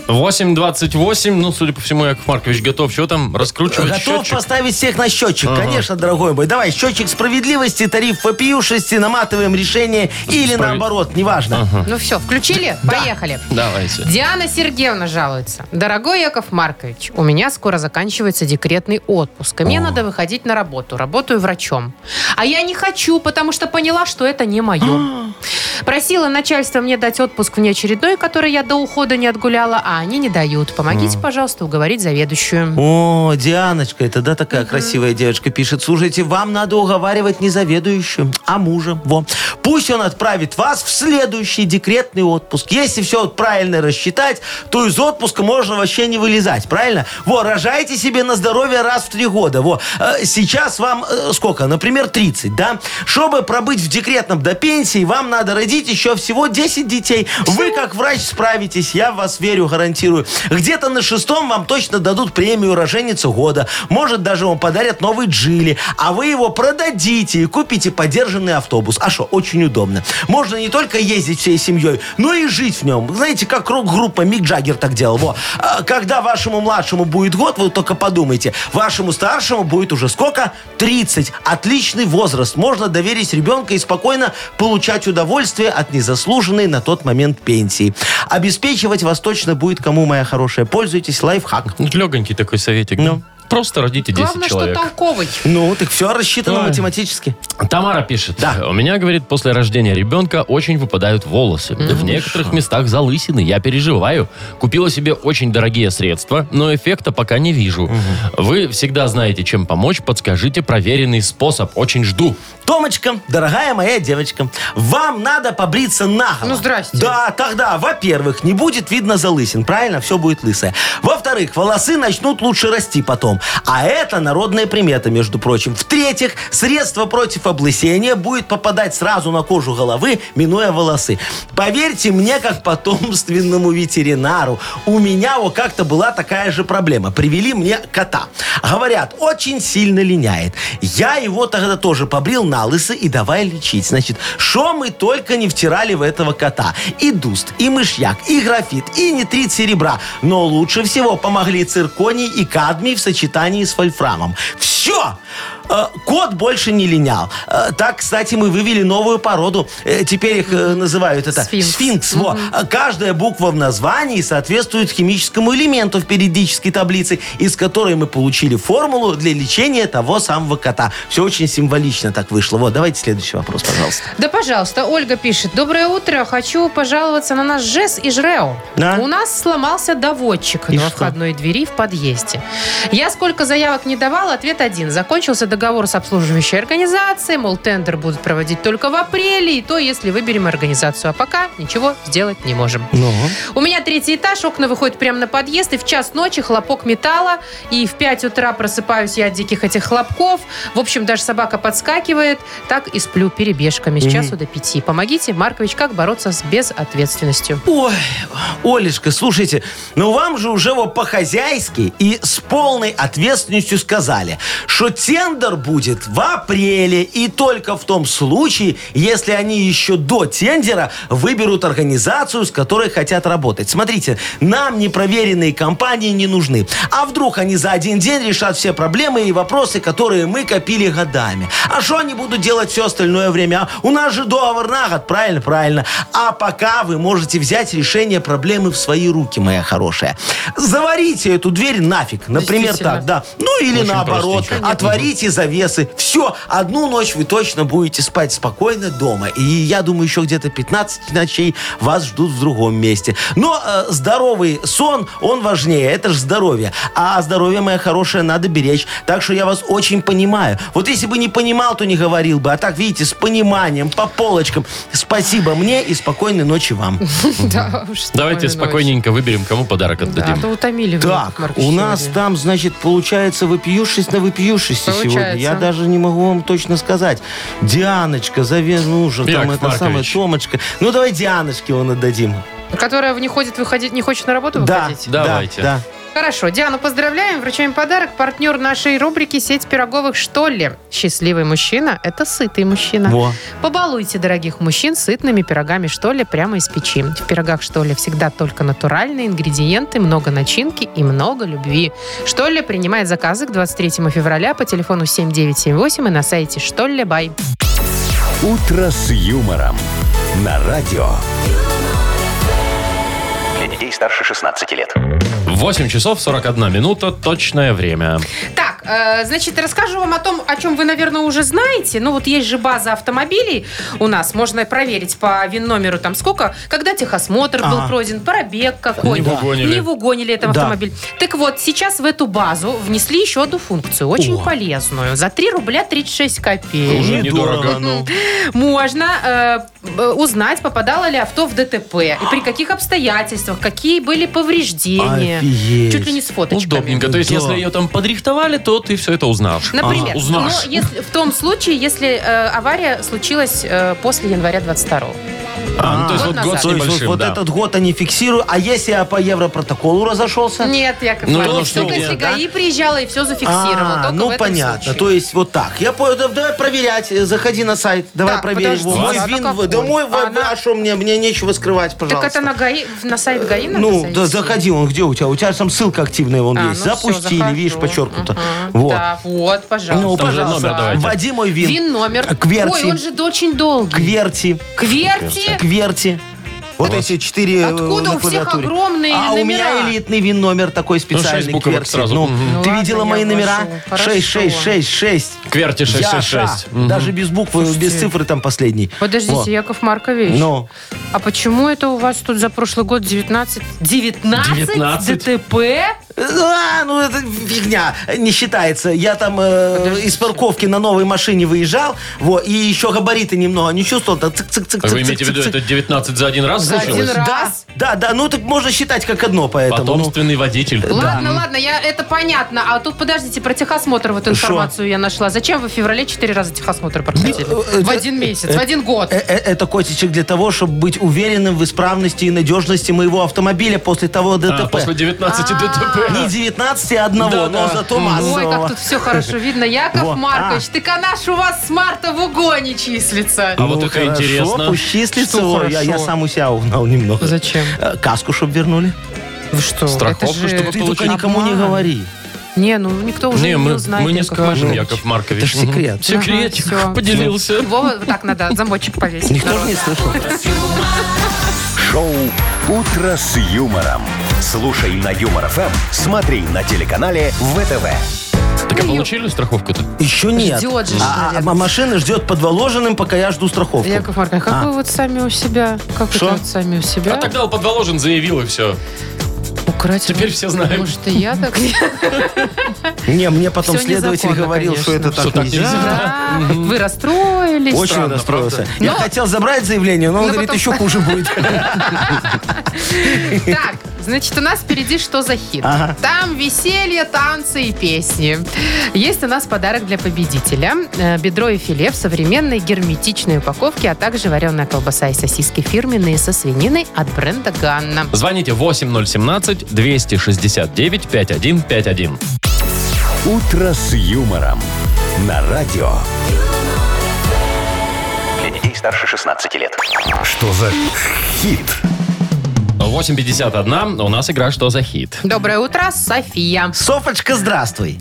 [SPEAKER 2] 8.28. Ну, судя по всему, Яков Маркович готов. Что там? Раскручивать
[SPEAKER 4] Готов
[SPEAKER 2] счетчик?
[SPEAKER 4] поставить всех на счетчик, конечно, дорогой мой. Давай, счетчик справедливости, тариф вопиюшести, наматываем решение или наоборот, неважно.
[SPEAKER 3] Ну все, включили? Поехали.
[SPEAKER 2] Давайте.
[SPEAKER 3] Диана Сергеевна жалуется. Дорогой Яков Маркович, у меня скоро заканчивается декретный отпуск, и мне надо выходить на работу. Работаю врачом. А я не хочу, потому что поняла, что это не мое. Просила начальство мне дать отпуск внеочередной, который я до ухода не отгуляла, а они не дают. Помогите, пожалуйста, уговорить заведующую.
[SPEAKER 4] О, Дианочка, это да такая красивая девочка пишет. Слушайте, вам надо уговаривать не заведующим, а мужем. Во. Пусть он отправит вас в следующий декретный отпуск. Если все вот правильно рассчитать, то из отпуска можно вообще не вылезать, правильно? Во, рожайте себе на здоровье раз в три года. Во, Э, сейчас вам э, сколько? Например, 30, да? Чтобы пробыть в декретном до пенсии, вам надо родить еще всего 10 детей. Вы, как врач, справитесь, я в вас верю, гарантирую. Где-то на шестом вам точно дадут премию роженицы года. Может, даже вам подарят новый джили. А вы его продадите и купите подержанный автобус. А что, очень удобно. Можно не только ездить всей семьей, но и жить в нем. Знаете, как рок-группа Мик Джаггер так делал. Во. А Когда вашему младшему будет год, вы только подумайте, вашему старшему будет уже сколько? 30. Отличный возраст. Можно доверить ребенка и спокойно получать удовольствие от незаслуженной на тот момент пенсии. Обеспечивать вас точно будет кому, моя хорошая. Пользуйтесь лайфхак.
[SPEAKER 2] Ну, легонький такой советик. Просто родите 10
[SPEAKER 3] Главное, что
[SPEAKER 2] человек.
[SPEAKER 3] толковый.
[SPEAKER 4] Ну, так все рассчитано
[SPEAKER 2] Ой.
[SPEAKER 4] математически.
[SPEAKER 2] Тамара пишет.
[SPEAKER 4] Да.
[SPEAKER 2] У меня, говорит, после рождения ребенка очень выпадают волосы. В некоторых местах залысины. Я переживаю. Купила себе очень дорогие средства, но эффекта пока не вижу. Вы всегда знаете, чем помочь. Подскажите проверенный способ. Очень жду.
[SPEAKER 4] Томочка, дорогая моя девочка, вам надо побриться наголо.
[SPEAKER 3] Ну, здрасте.
[SPEAKER 4] Да, тогда, во-первых, не будет видно залысин, правильно? Все будет лысое. Во-вторых, волосы начнут лучше расти потом. А это народная примета, между прочим. В-третьих, средство против облысения будет попадать сразу на кожу головы, минуя волосы. Поверьте мне, как потомственному ветеринару, у меня вот как-то была такая же проблема. Привели мне кота. Говорят, очень сильно линяет. Я его тогда тоже побрил на лысо и давай лечить. Значит, что мы только не втирали в этого кота. И дуст, и мышьяк, и графит, и нитрит серебра. Но лучше всего помогли цирконий и кадмий в сочетании с вольфрамом. Все! Кот больше не линял. Э, Так, кстати, мы вывели новую породу. Э, Теперь их э, называют это
[SPEAKER 3] Сфинкс.
[SPEAKER 4] сфинкс. Во. А Каждая буква в названии соответствует химическому элементу в периодической таблице, из которой мы получили формулу для лечения того самого кота. Все очень символично так вышло. Вот, давайте следующий вопрос, пожалуйста.
[SPEAKER 3] Да, пожалуйста, Ольга пишет. Доброе утро. Хочу пожаловаться на наш ЖЭС и ЖРЭО.
[SPEAKER 4] Да?
[SPEAKER 3] У нас сломался доводчик
[SPEAKER 4] И
[SPEAKER 3] на
[SPEAKER 4] что?
[SPEAKER 3] входной двери в подъезде. Я сколько заявок не давала, ответ один. Закончился договор с обслуживающей организацией, мол, тендер будут проводить только в апреле, и то, если выберем организацию. А пока ничего сделать не можем.
[SPEAKER 4] Ну?
[SPEAKER 3] У меня третий этаж, окна выходят прямо на подъезд, и в час ночи хлопок металла, и в 5 утра просыпаюсь я от диких этих хлопков. В общем, даже собака подскакивает. Так и сплю перебежками с часу до пяти. Помогите, Маркович, как бороться с безответственностью?
[SPEAKER 4] Ой, Олечка, слушайте, ну вам же уже вот по-хозяйски и с полной ответственностью сказали, что тендер будет в апреле и только в том случае, если они еще до тендера выберут организацию, с которой хотят работать. Смотрите, нам непроверенные компании не нужны. А вдруг они за один день решат все проблемы и вопросы, которые мы копили годами? А что они будут делать все остальное время? а? У нас же договор на год, правильно, правильно. А пока вы можете взять решение проблемы в свои руки, моя хорошая. Заварите эту дверь нафиг, например,
[SPEAKER 3] Действительно.
[SPEAKER 4] так, да. Ну или
[SPEAKER 2] Очень
[SPEAKER 4] наоборот,
[SPEAKER 2] простенько.
[SPEAKER 4] отворите завесы. Все, одну ночь вы точно будете спать спокойно дома. И я думаю, еще где-то 15 ночей вас ждут в другом месте. Но э, здоровый сон, он важнее. Это же здоровье. А здоровье, моя хорошая, надо беречь. Так что я вас очень понимаю. Вот если бы не понимал, то не говорил бы. А так, видите, с пониманием, по полочкам. Спасибо мне и спокойной ночи вам.
[SPEAKER 3] Да уж,
[SPEAKER 2] Давайте
[SPEAKER 3] спокойной ночи.
[SPEAKER 2] спокойненько выберем, кому подарок
[SPEAKER 3] Да, а
[SPEAKER 2] отдадим.
[SPEAKER 3] то утомили вы,
[SPEAKER 4] Так,
[SPEAKER 3] Маркович,
[SPEAKER 4] у нас
[SPEAKER 3] сегодня.
[SPEAKER 4] там, значит, получается выпиюшись на выпиюшись сегодня.
[SPEAKER 3] получается?
[SPEAKER 4] Я даже не могу вам точно сказать. Дианочка, заве... ну же, там
[SPEAKER 2] Яков
[SPEAKER 4] это самое,
[SPEAKER 2] Маркович.
[SPEAKER 4] Томочка. Ну, давай Дианочке он отдадим.
[SPEAKER 3] Которая не, ходит, выходить, не хочет на работу
[SPEAKER 4] Да,
[SPEAKER 3] выходить?
[SPEAKER 4] да,
[SPEAKER 2] Давайте.
[SPEAKER 4] да.
[SPEAKER 3] Хорошо, Диану поздравляем, вручаем подарок. Партнер нашей рубрики «Сеть пироговых, что ли?» Счастливый мужчина – это сытый мужчина.
[SPEAKER 4] Во.
[SPEAKER 3] Побалуйте дорогих мужчин сытными пирогами, что ли, прямо из печи. В пирогах, что ли, всегда только натуральные ингредиенты, много начинки и много любви. Что ли принимает заказы к 23 февраля по телефону 7978 и на сайте что ли бай.
[SPEAKER 1] «Утро с юмором» на радио.
[SPEAKER 8] Для детей старше 16 лет.
[SPEAKER 2] 8 часов 41 минута, точное время.
[SPEAKER 3] Так, э, значит, расскажу вам о том, о чем вы, наверное, уже знаете. Ну, вот есть же база автомобилей у нас. Можно проверить по ВИН-номеру там сколько, когда техосмотр был
[SPEAKER 4] Ага.
[SPEAKER 3] пройден, пробег какой.
[SPEAKER 2] Не в угонили.
[SPEAKER 3] Не в угонили этот
[SPEAKER 4] А. Да.
[SPEAKER 3] автомобиль. Так вот, сейчас в эту базу внесли еще одну функцию, очень
[SPEAKER 4] О.
[SPEAKER 3] полезную. За 3 рубля 36 копеек.
[SPEAKER 2] Уже недорого.
[SPEAKER 4] ну.
[SPEAKER 3] Можно э, э, узнать, попадало ли авто в ДТП, и при каких обстоятельствах, какие были повреждения.
[SPEAKER 4] Офигеть.
[SPEAKER 3] Чуть ли не с фоточками.
[SPEAKER 2] Удобненько. То есть,
[SPEAKER 4] Да.
[SPEAKER 2] если ее там подрихтовали, то ты все это узнаешь.
[SPEAKER 3] Например,
[SPEAKER 2] А, узнаешь.
[SPEAKER 4] ну,
[SPEAKER 3] но если, в том случае, если э, авария случилась э, после января 22
[SPEAKER 2] А, ну, то есть,
[SPEAKER 3] год
[SPEAKER 2] вот год
[SPEAKER 3] назад.
[SPEAKER 2] с
[SPEAKER 4] То есть вот,
[SPEAKER 2] небольшим,
[SPEAKER 4] вот
[SPEAKER 2] да.
[SPEAKER 4] этот год они фиксируют. А если я по европротоколу разошелся?
[SPEAKER 3] Нет, Яков
[SPEAKER 2] Ну,
[SPEAKER 3] Маркович,
[SPEAKER 2] ну, что
[SPEAKER 3] только
[SPEAKER 2] где,
[SPEAKER 3] если
[SPEAKER 4] да?
[SPEAKER 3] ГАИ приезжала и все зафиксировала.
[SPEAKER 4] А,
[SPEAKER 3] только в
[SPEAKER 4] ну
[SPEAKER 3] этом
[SPEAKER 4] понятно.
[SPEAKER 3] случае.
[SPEAKER 4] То есть вот так. Я понял. Да- Давай проверять. Э, Заходи на сайт. Давай
[SPEAKER 3] Так,
[SPEAKER 4] проверим.
[SPEAKER 3] подожди,
[SPEAKER 4] Мой
[SPEAKER 3] а на
[SPEAKER 4] вин.
[SPEAKER 3] какой?
[SPEAKER 4] Да мой
[SPEAKER 3] А
[SPEAKER 4] ВВ,
[SPEAKER 3] на-
[SPEAKER 4] а что мне? Мне нечего скрывать,
[SPEAKER 3] Так
[SPEAKER 4] пожалуйста.
[SPEAKER 3] это на ГАИ, в- на сайт ГАИ надо
[SPEAKER 4] Ну,
[SPEAKER 3] зайти?
[SPEAKER 4] да, заходи, он где у тебя? У тебя же там ссылка активная вон
[SPEAKER 3] А,
[SPEAKER 4] есть.
[SPEAKER 3] ну всё,
[SPEAKER 4] Запустили,
[SPEAKER 3] захожу.
[SPEAKER 4] видишь, подчеркнуто.
[SPEAKER 3] Ага.
[SPEAKER 4] Вот.
[SPEAKER 3] Да, вот, пожалуйста.
[SPEAKER 4] Ну,
[SPEAKER 2] Там же
[SPEAKER 4] пожалуйста,
[SPEAKER 2] номер давайте.
[SPEAKER 4] вводи мой вин.
[SPEAKER 3] Вин номер.
[SPEAKER 4] Кверти.
[SPEAKER 3] Ой, он же д- очень долгий.
[SPEAKER 4] Кверти.
[SPEAKER 3] Кверти?
[SPEAKER 4] Кверти. Вот эти четыре э,
[SPEAKER 3] Откуда
[SPEAKER 4] на
[SPEAKER 3] у всех
[SPEAKER 4] клавиатуре.
[SPEAKER 3] огромные
[SPEAKER 4] А у
[SPEAKER 3] номера?
[SPEAKER 4] меня элитный вин номер такой
[SPEAKER 2] Ну, шесть
[SPEAKER 4] специальный.
[SPEAKER 2] буквок
[SPEAKER 4] Кверти.
[SPEAKER 2] сразу.
[SPEAKER 4] Ну,
[SPEAKER 2] Мгм.
[SPEAKER 3] Ну
[SPEAKER 4] ты
[SPEAKER 3] ладно,
[SPEAKER 4] видела
[SPEAKER 3] я
[SPEAKER 4] мои номера?
[SPEAKER 3] вложу. Хорошо.
[SPEAKER 4] 6666.
[SPEAKER 2] Кверти 666.
[SPEAKER 4] Яша.
[SPEAKER 2] Мгм.
[SPEAKER 4] Даже без буквы, без цифры там последний.
[SPEAKER 3] Подождите,
[SPEAKER 4] Во.
[SPEAKER 3] Яков Маркович.
[SPEAKER 4] Ну,
[SPEAKER 3] А почему это у вас тут за прошлый год 19... 19,
[SPEAKER 2] 19?
[SPEAKER 3] ДТП?
[SPEAKER 4] а, ну это фигня, не считается. Я там э,
[SPEAKER 3] Подождите.
[SPEAKER 4] из парковки на новой машине выезжал, вот, и еще габариты немного не чувствовал. Там цик цик цик
[SPEAKER 2] А Вы имеете в виду, это 19 за один раз
[SPEAKER 3] За один
[SPEAKER 2] случилось?
[SPEAKER 3] раз.
[SPEAKER 4] Да, да, да, ну так можно считать как одно, поэтому. ну.
[SPEAKER 2] Потомственный водитель.
[SPEAKER 3] Ладно, ладно, я, это понятно. А тут, подождите, про техосмотр вот информацию я нашла. Зачем вы в феврале четыре раза техосмотр проходили?
[SPEAKER 4] э,
[SPEAKER 3] В
[SPEAKER 4] э,
[SPEAKER 3] один месяц, в один год.
[SPEAKER 4] Э, э, Это котичек для того, чтобы быть уверенным в исправности и надежности моего автомобиля после того
[SPEAKER 2] А,
[SPEAKER 4] ДТП.
[SPEAKER 2] после 19
[SPEAKER 4] Не
[SPEAKER 2] ДТП.
[SPEAKER 4] 19, а одного,
[SPEAKER 2] Да,
[SPEAKER 4] но
[SPEAKER 2] да.
[SPEAKER 4] зато
[SPEAKER 3] Ой, как
[SPEAKER 4] массового.
[SPEAKER 3] тут все хорошо видно. Яков
[SPEAKER 4] э, Во, а.
[SPEAKER 3] Маркович, ты канаш у вас с марта в угоне числится.
[SPEAKER 2] А вот это
[SPEAKER 4] хорошо,
[SPEAKER 2] интересно.
[SPEAKER 4] пусть числится.
[SPEAKER 3] Что
[SPEAKER 4] Ой, я, я
[SPEAKER 3] хорошо?
[SPEAKER 4] сам у себя угнал немного.
[SPEAKER 3] Зачем?
[SPEAKER 4] Э, Каску, чтобы вернули.
[SPEAKER 3] Вы что?
[SPEAKER 2] Страховку,
[SPEAKER 3] это же-
[SPEAKER 2] чтобы
[SPEAKER 4] Ты только
[SPEAKER 2] Получили.
[SPEAKER 4] никому не
[SPEAKER 3] Обман.
[SPEAKER 4] говори.
[SPEAKER 3] Не, ну никто уже
[SPEAKER 2] Не,
[SPEAKER 3] не
[SPEAKER 2] мы,
[SPEAKER 3] узнает.
[SPEAKER 2] мы не
[SPEAKER 3] Яков
[SPEAKER 2] скажем,
[SPEAKER 3] Маркович.
[SPEAKER 2] Яков Маркович.
[SPEAKER 4] Это ж секрет.
[SPEAKER 2] Мгм. Секретик
[SPEAKER 3] Ага, всё.
[SPEAKER 2] поделился.
[SPEAKER 3] Вова, вот так надо, замочек повесить.
[SPEAKER 4] Никто же не слышал.
[SPEAKER 1] Шоу «Утро с юмором». Слушай на Юмор ФМ, смотри на телеканале ВТВ.
[SPEAKER 2] Так а получили страховку-то?
[SPEAKER 4] Еще нет.
[SPEAKER 3] Ждет же,
[SPEAKER 4] а, а
[SPEAKER 3] наверное.
[SPEAKER 4] машина ждет подволоженным, пока я жду страховку.
[SPEAKER 3] Яков Маркович, как
[SPEAKER 4] А.
[SPEAKER 3] вы вот сами у себя, как вы
[SPEAKER 4] Шо?
[SPEAKER 3] там сами у себя
[SPEAKER 2] А тогда он подволожен, заявил и все.
[SPEAKER 3] украть?
[SPEAKER 2] теперь все знают.
[SPEAKER 3] Может, и я так не
[SPEAKER 4] Не, мне потом
[SPEAKER 3] Всё
[SPEAKER 4] следователь
[SPEAKER 3] незаконно,
[SPEAKER 4] говорил,
[SPEAKER 3] конечно.
[SPEAKER 4] что это
[SPEAKER 2] Что
[SPEAKER 4] так
[SPEAKER 2] так
[SPEAKER 4] нельзя.
[SPEAKER 2] нельзя.
[SPEAKER 3] Да, Вы расстроились.
[SPEAKER 4] Очень
[SPEAKER 2] Странно,
[SPEAKER 4] расстроился.
[SPEAKER 2] правда?
[SPEAKER 4] Я
[SPEAKER 3] Но-
[SPEAKER 4] хотел забрать заявление, но он
[SPEAKER 3] Но
[SPEAKER 4] говорит,
[SPEAKER 3] потом-
[SPEAKER 4] еще хуже будет.
[SPEAKER 3] Так, значит, у нас впереди что за хит?
[SPEAKER 4] Ага.
[SPEAKER 3] Там веселье, танцы и песни. Есть у нас подарок для победителя. Э, Бедро и филе в современной герметичной упаковке, а также вареная колбаса и сосиски фирменные со свининой от бренда «Ганна».
[SPEAKER 2] Звоните 8017-269-5151.
[SPEAKER 1] «Утро с юмором» на радио.
[SPEAKER 8] Для детей старше 16 лет.
[SPEAKER 1] Что за хит?
[SPEAKER 2] 8.51. У нас игра «Что за хит?».
[SPEAKER 3] Доброе утро, София.
[SPEAKER 4] Софочка, здравствуй.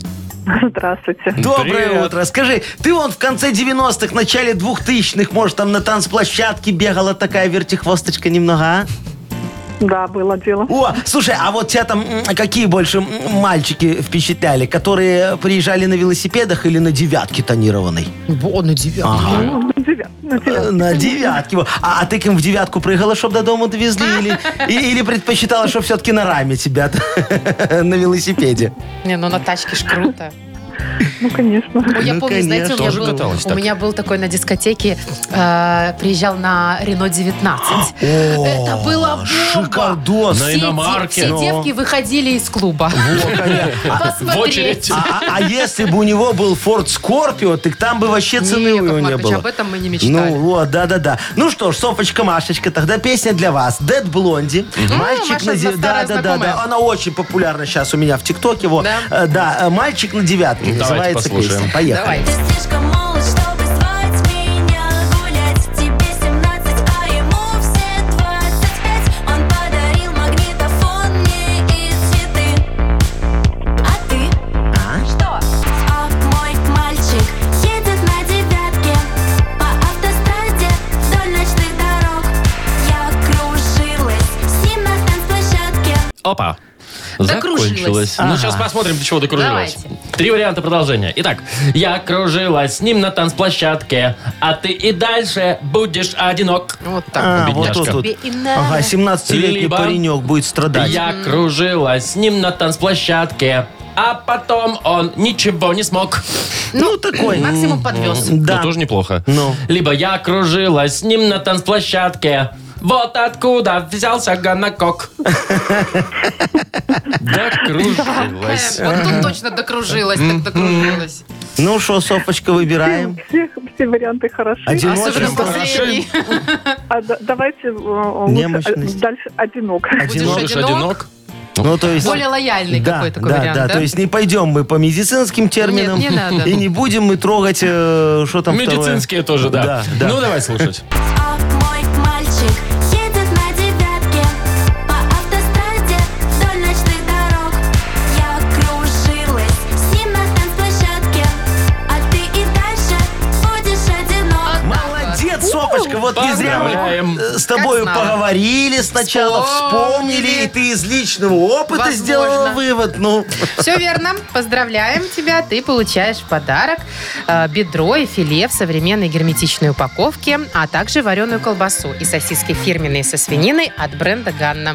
[SPEAKER 7] Здравствуйте.
[SPEAKER 4] Доброе
[SPEAKER 2] Привет.
[SPEAKER 4] утро. Скажи, ты вон в конце 90-х, начале 2000-х, может, там на танцплощадке бегала такая вертихвосточка немного, а?
[SPEAKER 7] Да, было дело.
[SPEAKER 4] О, слушай, а вот тебя там м, какие больше м, мальчики впечатляли, которые приезжали на велосипедах или на девятке тонированной?
[SPEAKER 3] О, на девятом.
[SPEAKER 7] Ну, девят- ну,
[SPEAKER 4] Э,
[SPEAKER 7] девят-
[SPEAKER 4] На девятке. во. А, а ты к им в девятку прыгала, чтобы до дома довезли? Или, и- или предпочитала, что все-таки на раме тебя на велосипеде?
[SPEAKER 3] Не, ну на тачке ж круто.
[SPEAKER 7] Ну, конечно.
[SPEAKER 3] Ой, Я
[SPEAKER 4] Ну,
[SPEAKER 3] помню, знаете, у меня,
[SPEAKER 2] Тоже
[SPEAKER 3] был,
[SPEAKER 2] каталась
[SPEAKER 3] у
[SPEAKER 2] так?
[SPEAKER 3] меня был такой на дискотеке, э, приезжал на Рено 19. Это было бомба.
[SPEAKER 4] шикардос.
[SPEAKER 2] На
[SPEAKER 3] Все де-
[SPEAKER 2] иномарке.
[SPEAKER 3] Все
[SPEAKER 2] Но.
[SPEAKER 3] девки выходили из клуба.
[SPEAKER 2] В очередь.
[SPEAKER 3] Посмотреть.
[SPEAKER 4] А, а- а если бы у него был Форд Скорпио, так там бы вообще цены
[SPEAKER 3] Не,
[SPEAKER 4] у него
[SPEAKER 3] Яков
[SPEAKER 4] не
[SPEAKER 3] Маркович,
[SPEAKER 4] было.
[SPEAKER 3] об этом мы не мечтали.
[SPEAKER 4] Ну вот, да-да-да. Ну что ж, Софочка, Машечка, тогда песня для вас. Дед Блонди. Мальчик
[SPEAKER 3] Маша
[SPEAKER 4] на
[SPEAKER 3] за
[SPEAKER 4] де-
[SPEAKER 3] старая
[SPEAKER 4] Да-да-да.
[SPEAKER 3] знакомая.
[SPEAKER 4] Она очень популярна сейчас у меня в ТикТоке. Вот.
[SPEAKER 3] Да?
[SPEAKER 4] Э, Да, э, мальчик на девятке.
[SPEAKER 2] Давайте
[SPEAKER 4] Называется
[SPEAKER 2] послушаем.
[SPEAKER 4] песня. Поехали.
[SPEAKER 3] Давай.
[SPEAKER 9] Ты слишком молод, чтобы звать меня гулять Тебе семнадцать, а ему все двадцать пять Он подарил магнитофон мне и цветы А ты? Что? А мой мальчик едет на девятке По автостраде вдоль ночных дорог Я кружилась с ним на танцплощадке
[SPEAKER 2] Опа.
[SPEAKER 3] Докружилась.
[SPEAKER 2] Закончилось. Ну, сейчас посмотрим, до чего докружилась.
[SPEAKER 3] Давайте.
[SPEAKER 2] Три варианта продолжения. Итак, я кружилась с ним на танцплощадке, а ты и дальше будешь одинок.
[SPEAKER 3] Вот
[SPEAKER 4] А,
[SPEAKER 3] так.
[SPEAKER 4] вот
[SPEAKER 2] бедняжка.
[SPEAKER 4] тут, вот.
[SPEAKER 3] Тебе и
[SPEAKER 4] Ага,
[SPEAKER 3] надо.
[SPEAKER 4] 17-летний
[SPEAKER 2] Либо-
[SPEAKER 4] паренек будет страдать.
[SPEAKER 2] Я кружилась с ним на танцплощадке, а потом он ничего не смог.
[SPEAKER 4] Ну, такой.
[SPEAKER 3] Максимум подвез.
[SPEAKER 4] Да.
[SPEAKER 2] Ну, тоже неплохо.
[SPEAKER 4] Ну.
[SPEAKER 2] Либо я кружилась с ним на танцплощадке. Вот откуда взялся гонокок. Да, кружилась.
[SPEAKER 3] Э, Вот тут точно докружилась, так докружилась.
[SPEAKER 4] Ну что, Софочка, выбираем.
[SPEAKER 7] Все, все варианты хороши.
[SPEAKER 2] Ну,
[SPEAKER 3] Особенно
[SPEAKER 4] Одиночество.
[SPEAKER 3] последний.
[SPEAKER 7] А да- давайте э, лучше,
[SPEAKER 4] Немощность.
[SPEAKER 7] а, дальше одинок.
[SPEAKER 4] Одиночество.
[SPEAKER 2] Будешь одинок?
[SPEAKER 4] Ну, то есть...
[SPEAKER 3] Более лояльный какой такой
[SPEAKER 4] да,
[SPEAKER 3] вариант,
[SPEAKER 4] да,
[SPEAKER 3] да?
[SPEAKER 4] то есть не пойдем мы по медицинским терминам
[SPEAKER 3] Нет, не надо.
[SPEAKER 4] и не будем мы трогать, э, что там второе.
[SPEAKER 2] Медицинские тоже, да.
[SPEAKER 4] Да, да.
[SPEAKER 2] Ну, давай слушать.
[SPEAKER 9] А мой мальчик едет на девятке По автостраде вдоль ночных дорог Я кружилась с ним на танцплощадке А ты и дальше будешь одинок
[SPEAKER 4] Молодец, Софочка, вот не зря
[SPEAKER 2] Поздравляем.
[SPEAKER 4] мы э, с тобою
[SPEAKER 3] Как знала.
[SPEAKER 4] поговорили сначала,
[SPEAKER 3] Вспомнили.
[SPEAKER 4] вспомнили, и ты из личного опыта
[SPEAKER 3] Возможно.
[SPEAKER 4] сделала вывод. Ну,
[SPEAKER 3] Все верно. Поздравляем тебя. Ты получаешь в подарок э, бедро и филе в современной герметичной упаковке, а также вареную колбасу и сосиски фирменные со свининой от бренда «Ганна».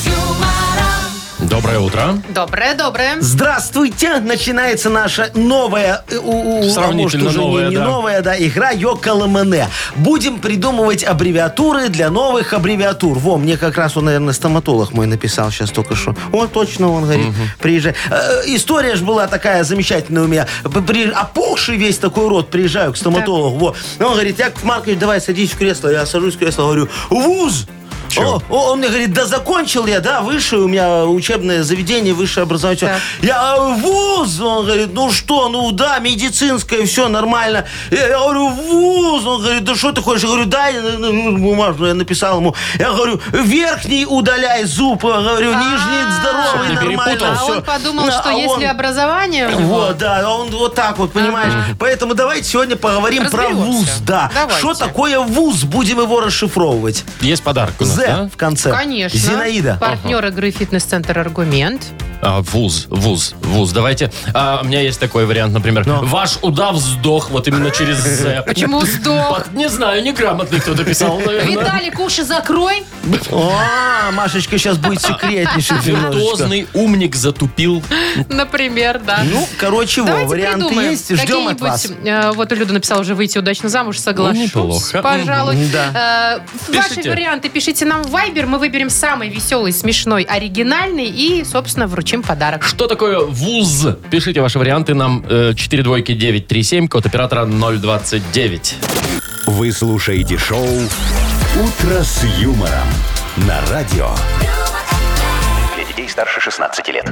[SPEAKER 2] Доброе утро.
[SPEAKER 3] Доброе-доброе.
[SPEAKER 4] здравствуйте! Начинается наша новая, э, у- у- а может
[SPEAKER 2] Сравнительно
[SPEAKER 4] уже не-
[SPEAKER 2] новая,
[SPEAKER 4] не,
[SPEAKER 2] да.
[SPEAKER 4] новая, да, игра Йоколомене. Будем придумывать аббревиатуры для новых аббревиатур. Во, мне как раз он, наверное, стоматолог мой написал сейчас только что. О, точно, он говорит, приезжай. Э, история же была такая замечательная у меня. П- при- Опухший весь такой рот, приезжаю к стоматологу. Во. И Он говорит, Яков Маркович, давай садись в кресло. Я сажусь в кресло, говорю, вуз! О, о, он мне говорит, да закончил я, да, высшее у меня учебное заведение, высшее образование. Я а, вуз, он говорит, ну что, ну да, медицинское, все нормально. Я, я говорю, вуз, он говорит, да что ты хочешь? Я говорю, дай э, э, бумажную, я написал ему. Я говорю, верхний удаляй зуб, я говорю, нижний здоровый,
[SPEAKER 2] Чтоб не перепутал.
[SPEAKER 4] нормально.
[SPEAKER 3] А
[SPEAKER 4] всё».
[SPEAKER 3] он подумал,
[SPEAKER 4] Да,
[SPEAKER 3] что
[SPEAKER 4] а
[SPEAKER 3] если
[SPEAKER 4] он- Э,
[SPEAKER 3] образование у него,
[SPEAKER 4] вот, да, он вот так вот, понимаешь? Поэтому давайте сегодня поговорим про
[SPEAKER 3] Разберемся.
[SPEAKER 4] ВУЗ, да.
[SPEAKER 3] Давайте.
[SPEAKER 4] Что такое ВУЗ? Будем его расшифровывать.
[SPEAKER 2] Есть подарок у нас,
[SPEAKER 4] З
[SPEAKER 2] да?
[SPEAKER 4] в конце.
[SPEAKER 3] Конечно.
[SPEAKER 4] Зинаида.
[SPEAKER 3] Партнер игры «Фитнес-центр Аргумент».
[SPEAKER 2] А, вуз, вуз, вуз. Давайте. а, у меня есть такой вариант, например.
[SPEAKER 4] Ну.
[SPEAKER 2] Ваш удав сдох вот именно через «з».
[SPEAKER 3] Почему сдох?
[SPEAKER 2] Вот Не знаю, неграмотный кто-то писал, наверное.
[SPEAKER 3] Виталик, уши закрой.
[SPEAKER 4] О, Машечка сейчас будет секретнейший немножечко.
[SPEAKER 2] Виртуозный умник затупил.
[SPEAKER 3] Например,
[SPEAKER 2] А.
[SPEAKER 3] да.
[SPEAKER 4] Ну, короче, во,
[SPEAKER 3] Давайте
[SPEAKER 4] варианты
[SPEAKER 3] придумаем.
[SPEAKER 4] есть, ждем от вас.
[SPEAKER 3] Какие-нибудь, э, вот Люда написала уже выйти удачно замуж, соглашусь.
[SPEAKER 2] неплохо.
[SPEAKER 3] Пожалуй.
[SPEAKER 4] Мгм,
[SPEAKER 3] Да. ваши
[SPEAKER 2] Пишите.
[SPEAKER 3] варианты пишите нам в Viber, мы выберем самый веселый, смешной, оригинальный и, собственно, вручим подарок.
[SPEAKER 2] Что такое вуз? Пишите ваши варианты нам э, 4 двойки 937, код оператора 029.
[SPEAKER 1] Вы слушаете шоу «Утро с юмором» на радио.
[SPEAKER 8] Для детей старше 16 лет.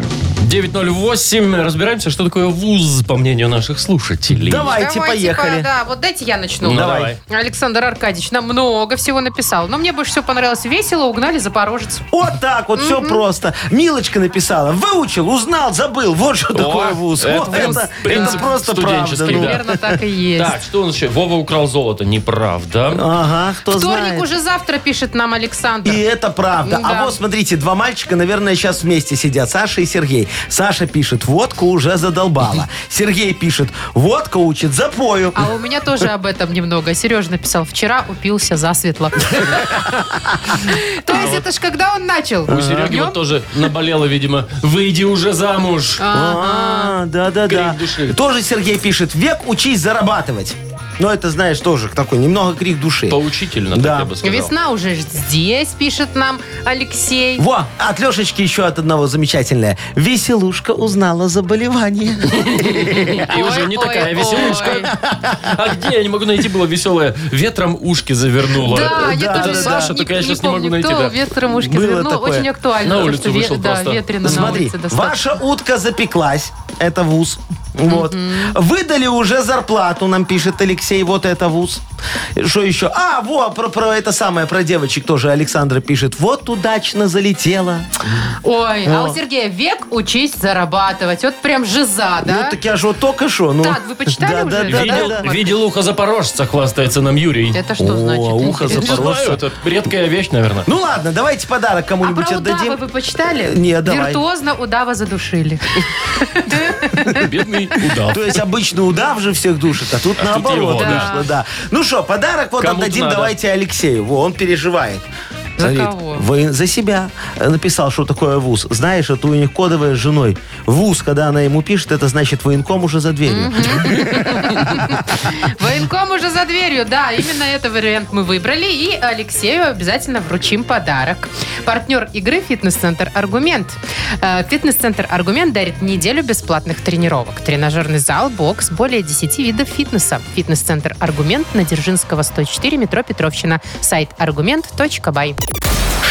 [SPEAKER 2] 9.08. Разбираемся, что такое вуз, по мнению наших слушателей.
[SPEAKER 4] Давайте,
[SPEAKER 3] по-
[SPEAKER 4] поехали.
[SPEAKER 3] типа, да, вот дайте я начну.
[SPEAKER 2] Ну,
[SPEAKER 4] давай.
[SPEAKER 2] давай.
[SPEAKER 3] Александр Аркадьевич нам много всего написал, но мне больше всего понравилось весело, угнали Запорожец.
[SPEAKER 4] Вот так вот, все просто. Милочка написала, выучил, узнал, забыл. Вот что такое вуз.
[SPEAKER 2] это
[SPEAKER 4] Вот
[SPEAKER 2] прям
[SPEAKER 4] это,
[SPEAKER 2] принцип
[SPEAKER 4] это просто правда.
[SPEAKER 2] студенческий,
[SPEAKER 4] ну.
[SPEAKER 2] да.
[SPEAKER 3] Примерно так и есть.
[SPEAKER 2] Так, что у нас еще? Вова украл золото. Неправда.
[SPEAKER 4] Ага, кто
[SPEAKER 3] Вторник
[SPEAKER 4] знает.
[SPEAKER 3] уже завтра, пишет нам Александр.
[SPEAKER 4] И это правда.
[SPEAKER 3] Да.
[SPEAKER 4] А вот, смотрите, два мальчика, наверное, сейчас вместе сидят. Саша и Сергей. Саша пишет, водку уже задолбала. Сергей пишет, водка учит запою.
[SPEAKER 3] А у меня тоже об этом немного. Сережа написал, вчера упился засветло. То есть это ж когда он начал?
[SPEAKER 2] У Сереги вот тоже наболело, видимо. Выйди уже замуж.
[SPEAKER 4] А, Да-да-да.
[SPEAKER 2] Крик души.
[SPEAKER 4] Тоже Сергей пишет, век учись зарабатывать. Но это, знаешь, тоже такой немного крик души.
[SPEAKER 2] Поучительно,
[SPEAKER 4] Да.
[SPEAKER 2] так я бы сказал.
[SPEAKER 3] Весна уже ж здесь, пишет нам Алексей.
[SPEAKER 4] Во, от Лешечки еще от одного замечательное. Веселушка узнала заболевание.
[SPEAKER 2] И уже не
[SPEAKER 3] Ой,
[SPEAKER 2] такая
[SPEAKER 3] ой, ой.
[SPEAKER 2] веселушка. А где я не могу найти было веселое? Ветром ушки завернуло.
[SPEAKER 3] Да,
[SPEAKER 4] да,
[SPEAKER 3] я
[SPEAKER 4] да,
[SPEAKER 3] тоже
[SPEAKER 4] да.
[SPEAKER 2] Саша,
[SPEAKER 3] не-
[SPEAKER 2] только я
[SPEAKER 3] не
[SPEAKER 2] сейчас не
[SPEAKER 3] помню,
[SPEAKER 2] могу найти,
[SPEAKER 3] кто
[SPEAKER 2] да.
[SPEAKER 3] Ветром ушки
[SPEAKER 4] Было
[SPEAKER 3] завернул.
[SPEAKER 4] такое.
[SPEAKER 3] Очень актуально.
[SPEAKER 2] На
[SPEAKER 3] потому
[SPEAKER 2] улицу
[SPEAKER 3] что ве-
[SPEAKER 2] вышел
[SPEAKER 3] да,
[SPEAKER 2] просто.
[SPEAKER 3] ветрено на
[SPEAKER 4] Смотри,
[SPEAKER 3] улице достаточно.
[SPEAKER 4] ваша утка запеклась. Это вуз. Вот. Выдали уже зарплату, нам пишет Алексей. Вот это вуз. Что еще? А, во, про, про это самое, про девочек тоже Александра пишет. Вот удачно залетела.
[SPEAKER 3] Ой, а у Сергея век учись зарабатывать. Вот прям жиза, да?
[SPEAKER 4] Ну, так я же вот только что. Ну.
[SPEAKER 3] Так, вы почитали
[SPEAKER 4] да,
[SPEAKER 3] уже?
[SPEAKER 4] Да, да,
[SPEAKER 2] Видел,
[SPEAKER 4] да, да.
[SPEAKER 2] видел ухо запорожца, хвастается нам Юрий.
[SPEAKER 3] Это что
[SPEAKER 4] О, а
[SPEAKER 3] значит?
[SPEAKER 4] ухо
[SPEAKER 3] интересно?
[SPEAKER 2] Не знаю,
[SPEAKER 4] запорожца.
[SPEAKER 2] это редкая вещь, наверное.
[SPEAKER 4] Ну ладно, давайте подарок
[SPEAKER 3] А
[SPEAKER 4] кому-нибудь
[SPEAKER 3] про удава
[SPEAKER 4] отдадим.
[SPEAKER 3] вы почитали?
[SPEAKER 4] Не, давай.
[SPEAKER 3] Виртуозно удава задушили.
[SPEAKER 2] Ну, Бедный удав.
[SPEAKER 4] То есть обычно удав же всех душит, а тут
[SPEAKER 2] его,
[SPEAKER 4] наоборот
[SPEAKER 2] да.
[SPEAKER 4] вышло, да. Ну что, подарок вот
[SPEAKER 2] Кому-то
[SPEAKER 4] отдадим
[SPEAKER 2] надо.
[SPEAKER 4] давайте Алексею. Во, он переживает.
[SPEAKER 3] За
[SPEAKER 4] Говорит,
[SPEAKER 3] кого?
[SPEAKER 4] Вы за себя Э, написал, что такое ВУЗ. Знаешь, это у них кодовая с женой. ВУЗ, когда она ему пишет, это значит военком уже за дверью.
[SPEAKER 3] Военком уже за дверью, да, именно этот вариант мы выбрали. И Алексею обязательно вручим подарок. Партнер игры «Фитнес-центр Аргумент». Э, Фитнес-центр Аргумент дарит неделю бесплатных тренировок. Тренажерный зал, бокс, более 10 видов фитнеса. Фитнес-центр Аргумент на Дзержинского, 104, метро Петровщина. Сайт аргумент.бай.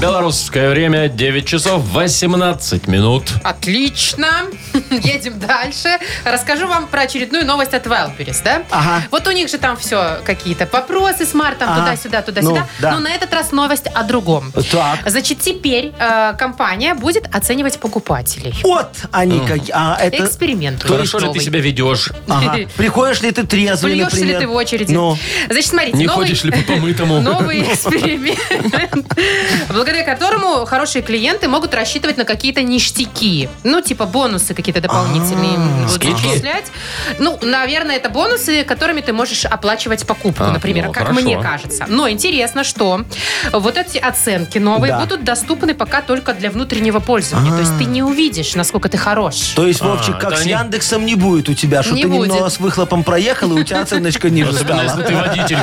[SPEAKER 2] Белорусское время 9 часов 18 минут.
[SPEAKER 3] Отлично. Едем дальше. Расскажу вам про очередную новость от Wildberries, да?
[SPEAKER 4] Ага.
[SPEAKER 3] Вот у них же там все какие-то вопросы с Мартом
[SPEAKER 4] Ага.
[SPEAKER 3] туда-сюда,
[SPEAKER 4] Ну,
[SPEAKER 3] туда-сюда.
[SPEAKER 4] да.
[SPEAKER 3] Но на этот раз новость о другом.
[SPEAKER 4] Так.
[SPEAKER 3] Значит, теперь э, компания будет оценивать покупателей.
[SPEAKER 4] Вот
[SPEAKER 2] Ну.
[SPEAKER 4] они как... А, это...
[SPEAKER 3] Эксперимент. у них
[SPEAKER 2] Хорошо ли ты
[SPEAKER 3] новый.
[SPEAKER 2] себя ведешь?
[SPEAKER 4] Ага. Приходишь ли ты трезвый,
[SPEAKER 3] Плюешь
[SPEAKER 4] например?
[SPEAKER 3] ли ты в очереди?
[SPEAKER 4] Ну,
[SPEAKER 3] Значит, смотрите,
[SPEAKER 2] Не
[SPEAKER 3] новый-
[SPEAKER 2] ходишь ли по помытому?
[SPEAKER 3] Новый эксперимент, благодаря которому хорошие клиенты могут рассчитывать на какие-то ништяки. Ну, типа бонусы какие-то дополнительные им будут
[SPEAKER 2] А, Скидки?
[SPEAKER 3] зачислять. Ну, наверное, это бонусы, которыми ты можешь оплачивать покупку,
[SPEAKER 2] А,
[SPEAKER 3] например,
[SPEAKER 2] ну,
[SPEAKER 3] как
[SPEAKER 2] хорошо.
[SPEAKER 3] мне кажется. Но интересно, что вот эти оценки новые
[SPEAKER 4] Да.
[SPEAKER 3] будут доступны пока только для внутреннего пользования. То есть ты не увидишь, насколько ты хорош.
[SPEAKER 4] то есть,
[SPEAKER 2] А,
[SPEAKER 4] Вовчик, как
[SPEAKER 2] это
[SPEAKER 4] с
[SPEAKER 2] они-
[SPEAKER 4] Яндексом не будет у тебя, что
[SPEAKER 3] Не
[SPEAKER 4] ты
[SPEAKER 3] будет.
[SPEAKER 4] немного с выхлопом проехал, и у тебя оценочка ниже
[SPEAKER 2] Особенно,
[SPEAKER 4] стала.
[SPEAKER 2] если ты водитель.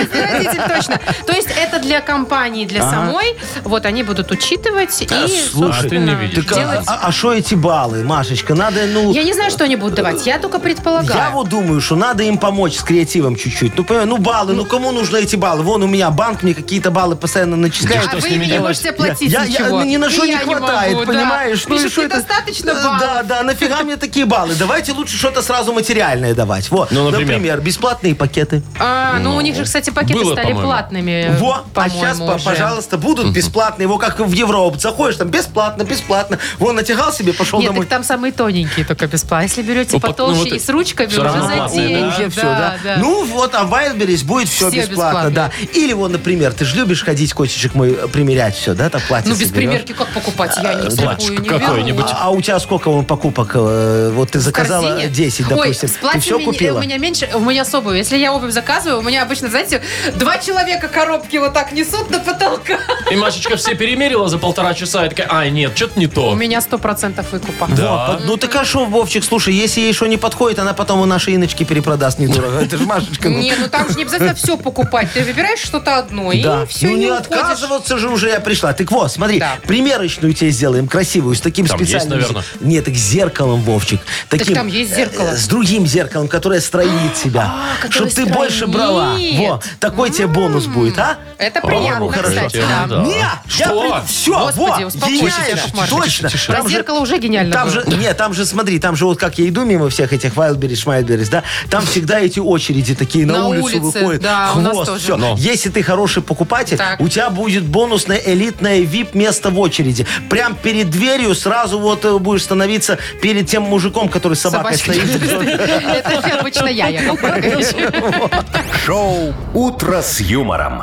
[SPEAKER 3] если родитель, точно. То есть это для компании, для самой. Вот они будут учитывать и,
[SPEAKER 4] слушай,
[SPEAKER 2] а ты не
[SPEAKER 3] собственно,
[SPEAKER 2] видишь.
[SPEAKER 4] Так, а-
[SPEAKER 3] делать.
[SPEAKER 4] а что эти баллы, Машечка? Надо, ну...
[SPEAKER 3] Я не знаю, что они будут давать. Я только предполагаю.
[SPEAKER 4] Я вот думаю, что надо им помочь с креативом чуть-чуть. Ну, понимаю, ну баллы, ну кому нужны эти баллы? Вон у меня банк, мне какие-то баллы постоянно
[SPEAKER 3] а
[SPEAKER 4] начисляют.
[SPEAKER 2] что
[SPEAKER 3] вы
[SPEAKER 2] с
[SPEAKER 3] мне
[SPEAKER 2] ними
[SPEAKER 3] не
[SPEAKER 2] делать?
[SPEAKER 3] можете оплатить
[SPEAKER 4] Я, я-
[SPEAKER 3] ничего.
[SPEAKER 4] ни на
[SPEAKER 3] И
[SPEAKER 4] что не
[SPEAKER 3] я
[SPEAKER 4] хватает,
[SPEAKER 3] могу, да.
[SPEAKER 4] понимаешь? Ну и
[SPEAKER 3] Пишут,
[SPEAKER 4] что это?
[SPEAKER 3] недостаточно
[SPEAKER 4] Да,
[SPEAKER 3] баллов.
[SPEAKER 4] Да, да, нафига мне такие баллы? Давайте лучше что-то сразу материальное давать. Вот,
[SPEAKER 2] Ну, например?
[SPEAKER 4] например. бесплатные пакеты.
[SPEAKER 3] А, ну, у них же, кстати, пакеты
[SPEAKER 2] было,
[SPEAKER 3] стали
[SPEAKER 2] по-моему.
[SPEAKER 3] платными.
[SPEAKER 4] Во, а
[SPEAKER 3] Э, по-моему,
[SPEAKER 4] сейчас,
[SPEAKER 3] уже.
[SPEAKER 4] пожалуйста, будут бесплатные. Во, как в Европу. Заходишь там бесплатно, бесплатно. Вон, натягал себе, пошел
[SPEAKER 3] Нет,
[SPEAKER 4] домой.
[SPEAKER 3] так там самые тоненькие только бесплатно. Если берете
[SPEAKER 2] Ну, по-
[SPEAKER 3] потолще
[SPEAKER 2] ну, вот
[SPEAKER 3] и с ручками,
[SPEAKER 2] всё
[SPEAKER 3] уже
[SPEAKER 2] равно
[SPEAKER 3] за
[SPEAKER 2] платные,
[SPEAKER 3] деньги.
[SPEAKER 2] да?
[SPEAKER 4] Уже всё, да?
[SPEAKER 3] да.
[SPEAKER 4] Ну вот, а в Wildberries будет все,
[SPEAKER 3] Все
[SPEAKER 4] бесплатно,
[SPEAKER 3] бесплатно.
[SPEAKER 4] да. Или вот, например, ты же любишь ходить, котичек мой, э, примерять все, да, там платье
[SPEAKER 3] Ну, без
[SPEAKER 4] соберёшь.
[SPEAKER 3] примерки как покупать? Я не
[SPEAKER 2] платьишко
[SPEAKER 3] слепую, не
[SPEAKER 2] какое-нибудь.
[SPEAKER 3] беру.
[SPEAKER 4] А, а у тебя сколько вон покупок? э, Вот ты заказала
[SPEAKER 3] корзине?
[SPEAKER 4] 10,
[SPEAKER 3] Ой,
[SPEAKER 4] допустим.
[SPEAKER 3] с платьями
[SPEAKER 4] ты все
[SPEAKER 3] не-
[SPEAKER 4] купила?
[SPEAKER 3] У меня меньше, у меня с обувью. Если я обувь заказываю, у меня обычно, знаете, два человека коробки вот так несут до потолка.
[SPEAKER 2] И Машечка все перемерила за полтора часа и такая, а, нет, что-то не
[SPEAKER 3] У
[SPEAKER 2] то.
[SPEAKER 3] меня сто процентов выкупа.
[SPEAKER 4] Во,
[SPEAKER 2] да?
[SPEAKER 4] Ну так а шо, Вовчик, слушай, если ей что не подходит, она потом у нашей Иночки перепродаст недорого. Это же Машечка. ну.
[SPEAKER 3] Не, ну там же не обязательно все покупать. Ты выбираешь что-то одно и
[SPEAKER 4] Да.
[SPEAKER 3] все,
[SPEAKER 4] Ну
[SPEAKER 3] не
[SPEAKER 4] не
[SPEAKER 3] уходишь.
[SPEAKER 4] отказываться же уже я пришла. Так вот, смотри,
[SPEAKER 3] Да.
[SPEAKER 4] примерочную тебе сделаем, красивую, с таким
[SPEAKER 2] Там есть,
[SPEAKER 4] специальным...
[SPEAKER 2] наверное?
[SPEAKER 4] Нет, так с зеркалом, Вовчик. Таким,
[SPEAKER 3] там есть зеркало. А,
[SPEAKER 4] э, С другим зеркалом, которое строит тебя.
[SPEAKER 3] которое
[SPEAKER 4] Чтобы ты больше
[SPEAKER 3] строит.
[SPEAKER 4] брала. Во, такой тебе бонус будет, а?
[SPEAKER 3] Это
[SPEAKER 4] О,
[SPEAKER 3] приятно,
[SPEAKER 4] хорошо.
[SPEAKER 3] кстати, да.
[SPEAKER 2] Да.
[SPEAKER 4] Не, я
[SPEAKER 2] Что?
[SPEAKER 4] все,
[SPEAKER 3] Господи,
[SPEAKER 4] вот,
[SPEAKER 3] успокойся,
[SPEAKER 4] гениально,
[SPEAKER 3] Яков Маркович.
[SPEAKER 4] точно.
[SPEAKER 2] Тише, тише.
[SPEAKER 4] Там
[SPEAKER 3] Про
[SPEAKER 4] же-
[SPEAKER 3] зеркало уже гениально
[SPEAKER 4] Там
[SPEAKER 3] было.
[SPEAKER 4] же, нет, там же, смотри, там же вот как я иду мимо всех этих Wildberries, Шмайлберис, да, там всегда эти очереди такие на,
[SPEAKER 3] На
[SPEAKER 4] улицу
[SPEAKER 3] улице,
[SPEAKER 4] выходят,
[SPEAKER 3] да, у нас
[SPEAKER 4] хвост,
[SPEAKER 3] тоже.
[SPEAKER 4] все.
[SPEAKER 2] Но.
[SPEAKER 4] Если ты хороший покупатель,
[SPEAKER 3] Так.
[SPEAKER 4] у тебя будет бонусное элитное VIP место в очереди. Прям перед дверью сразу вот э, будешь становиться перед тем мужиком, который с собакой
[SPEAKER 3] Собачка.
[SPEAKER 4] стоит.
[SPEAKER 3] Это обычно я, Яков Маркович.
[SPEAKER 1] Шоу «Утро с юмором».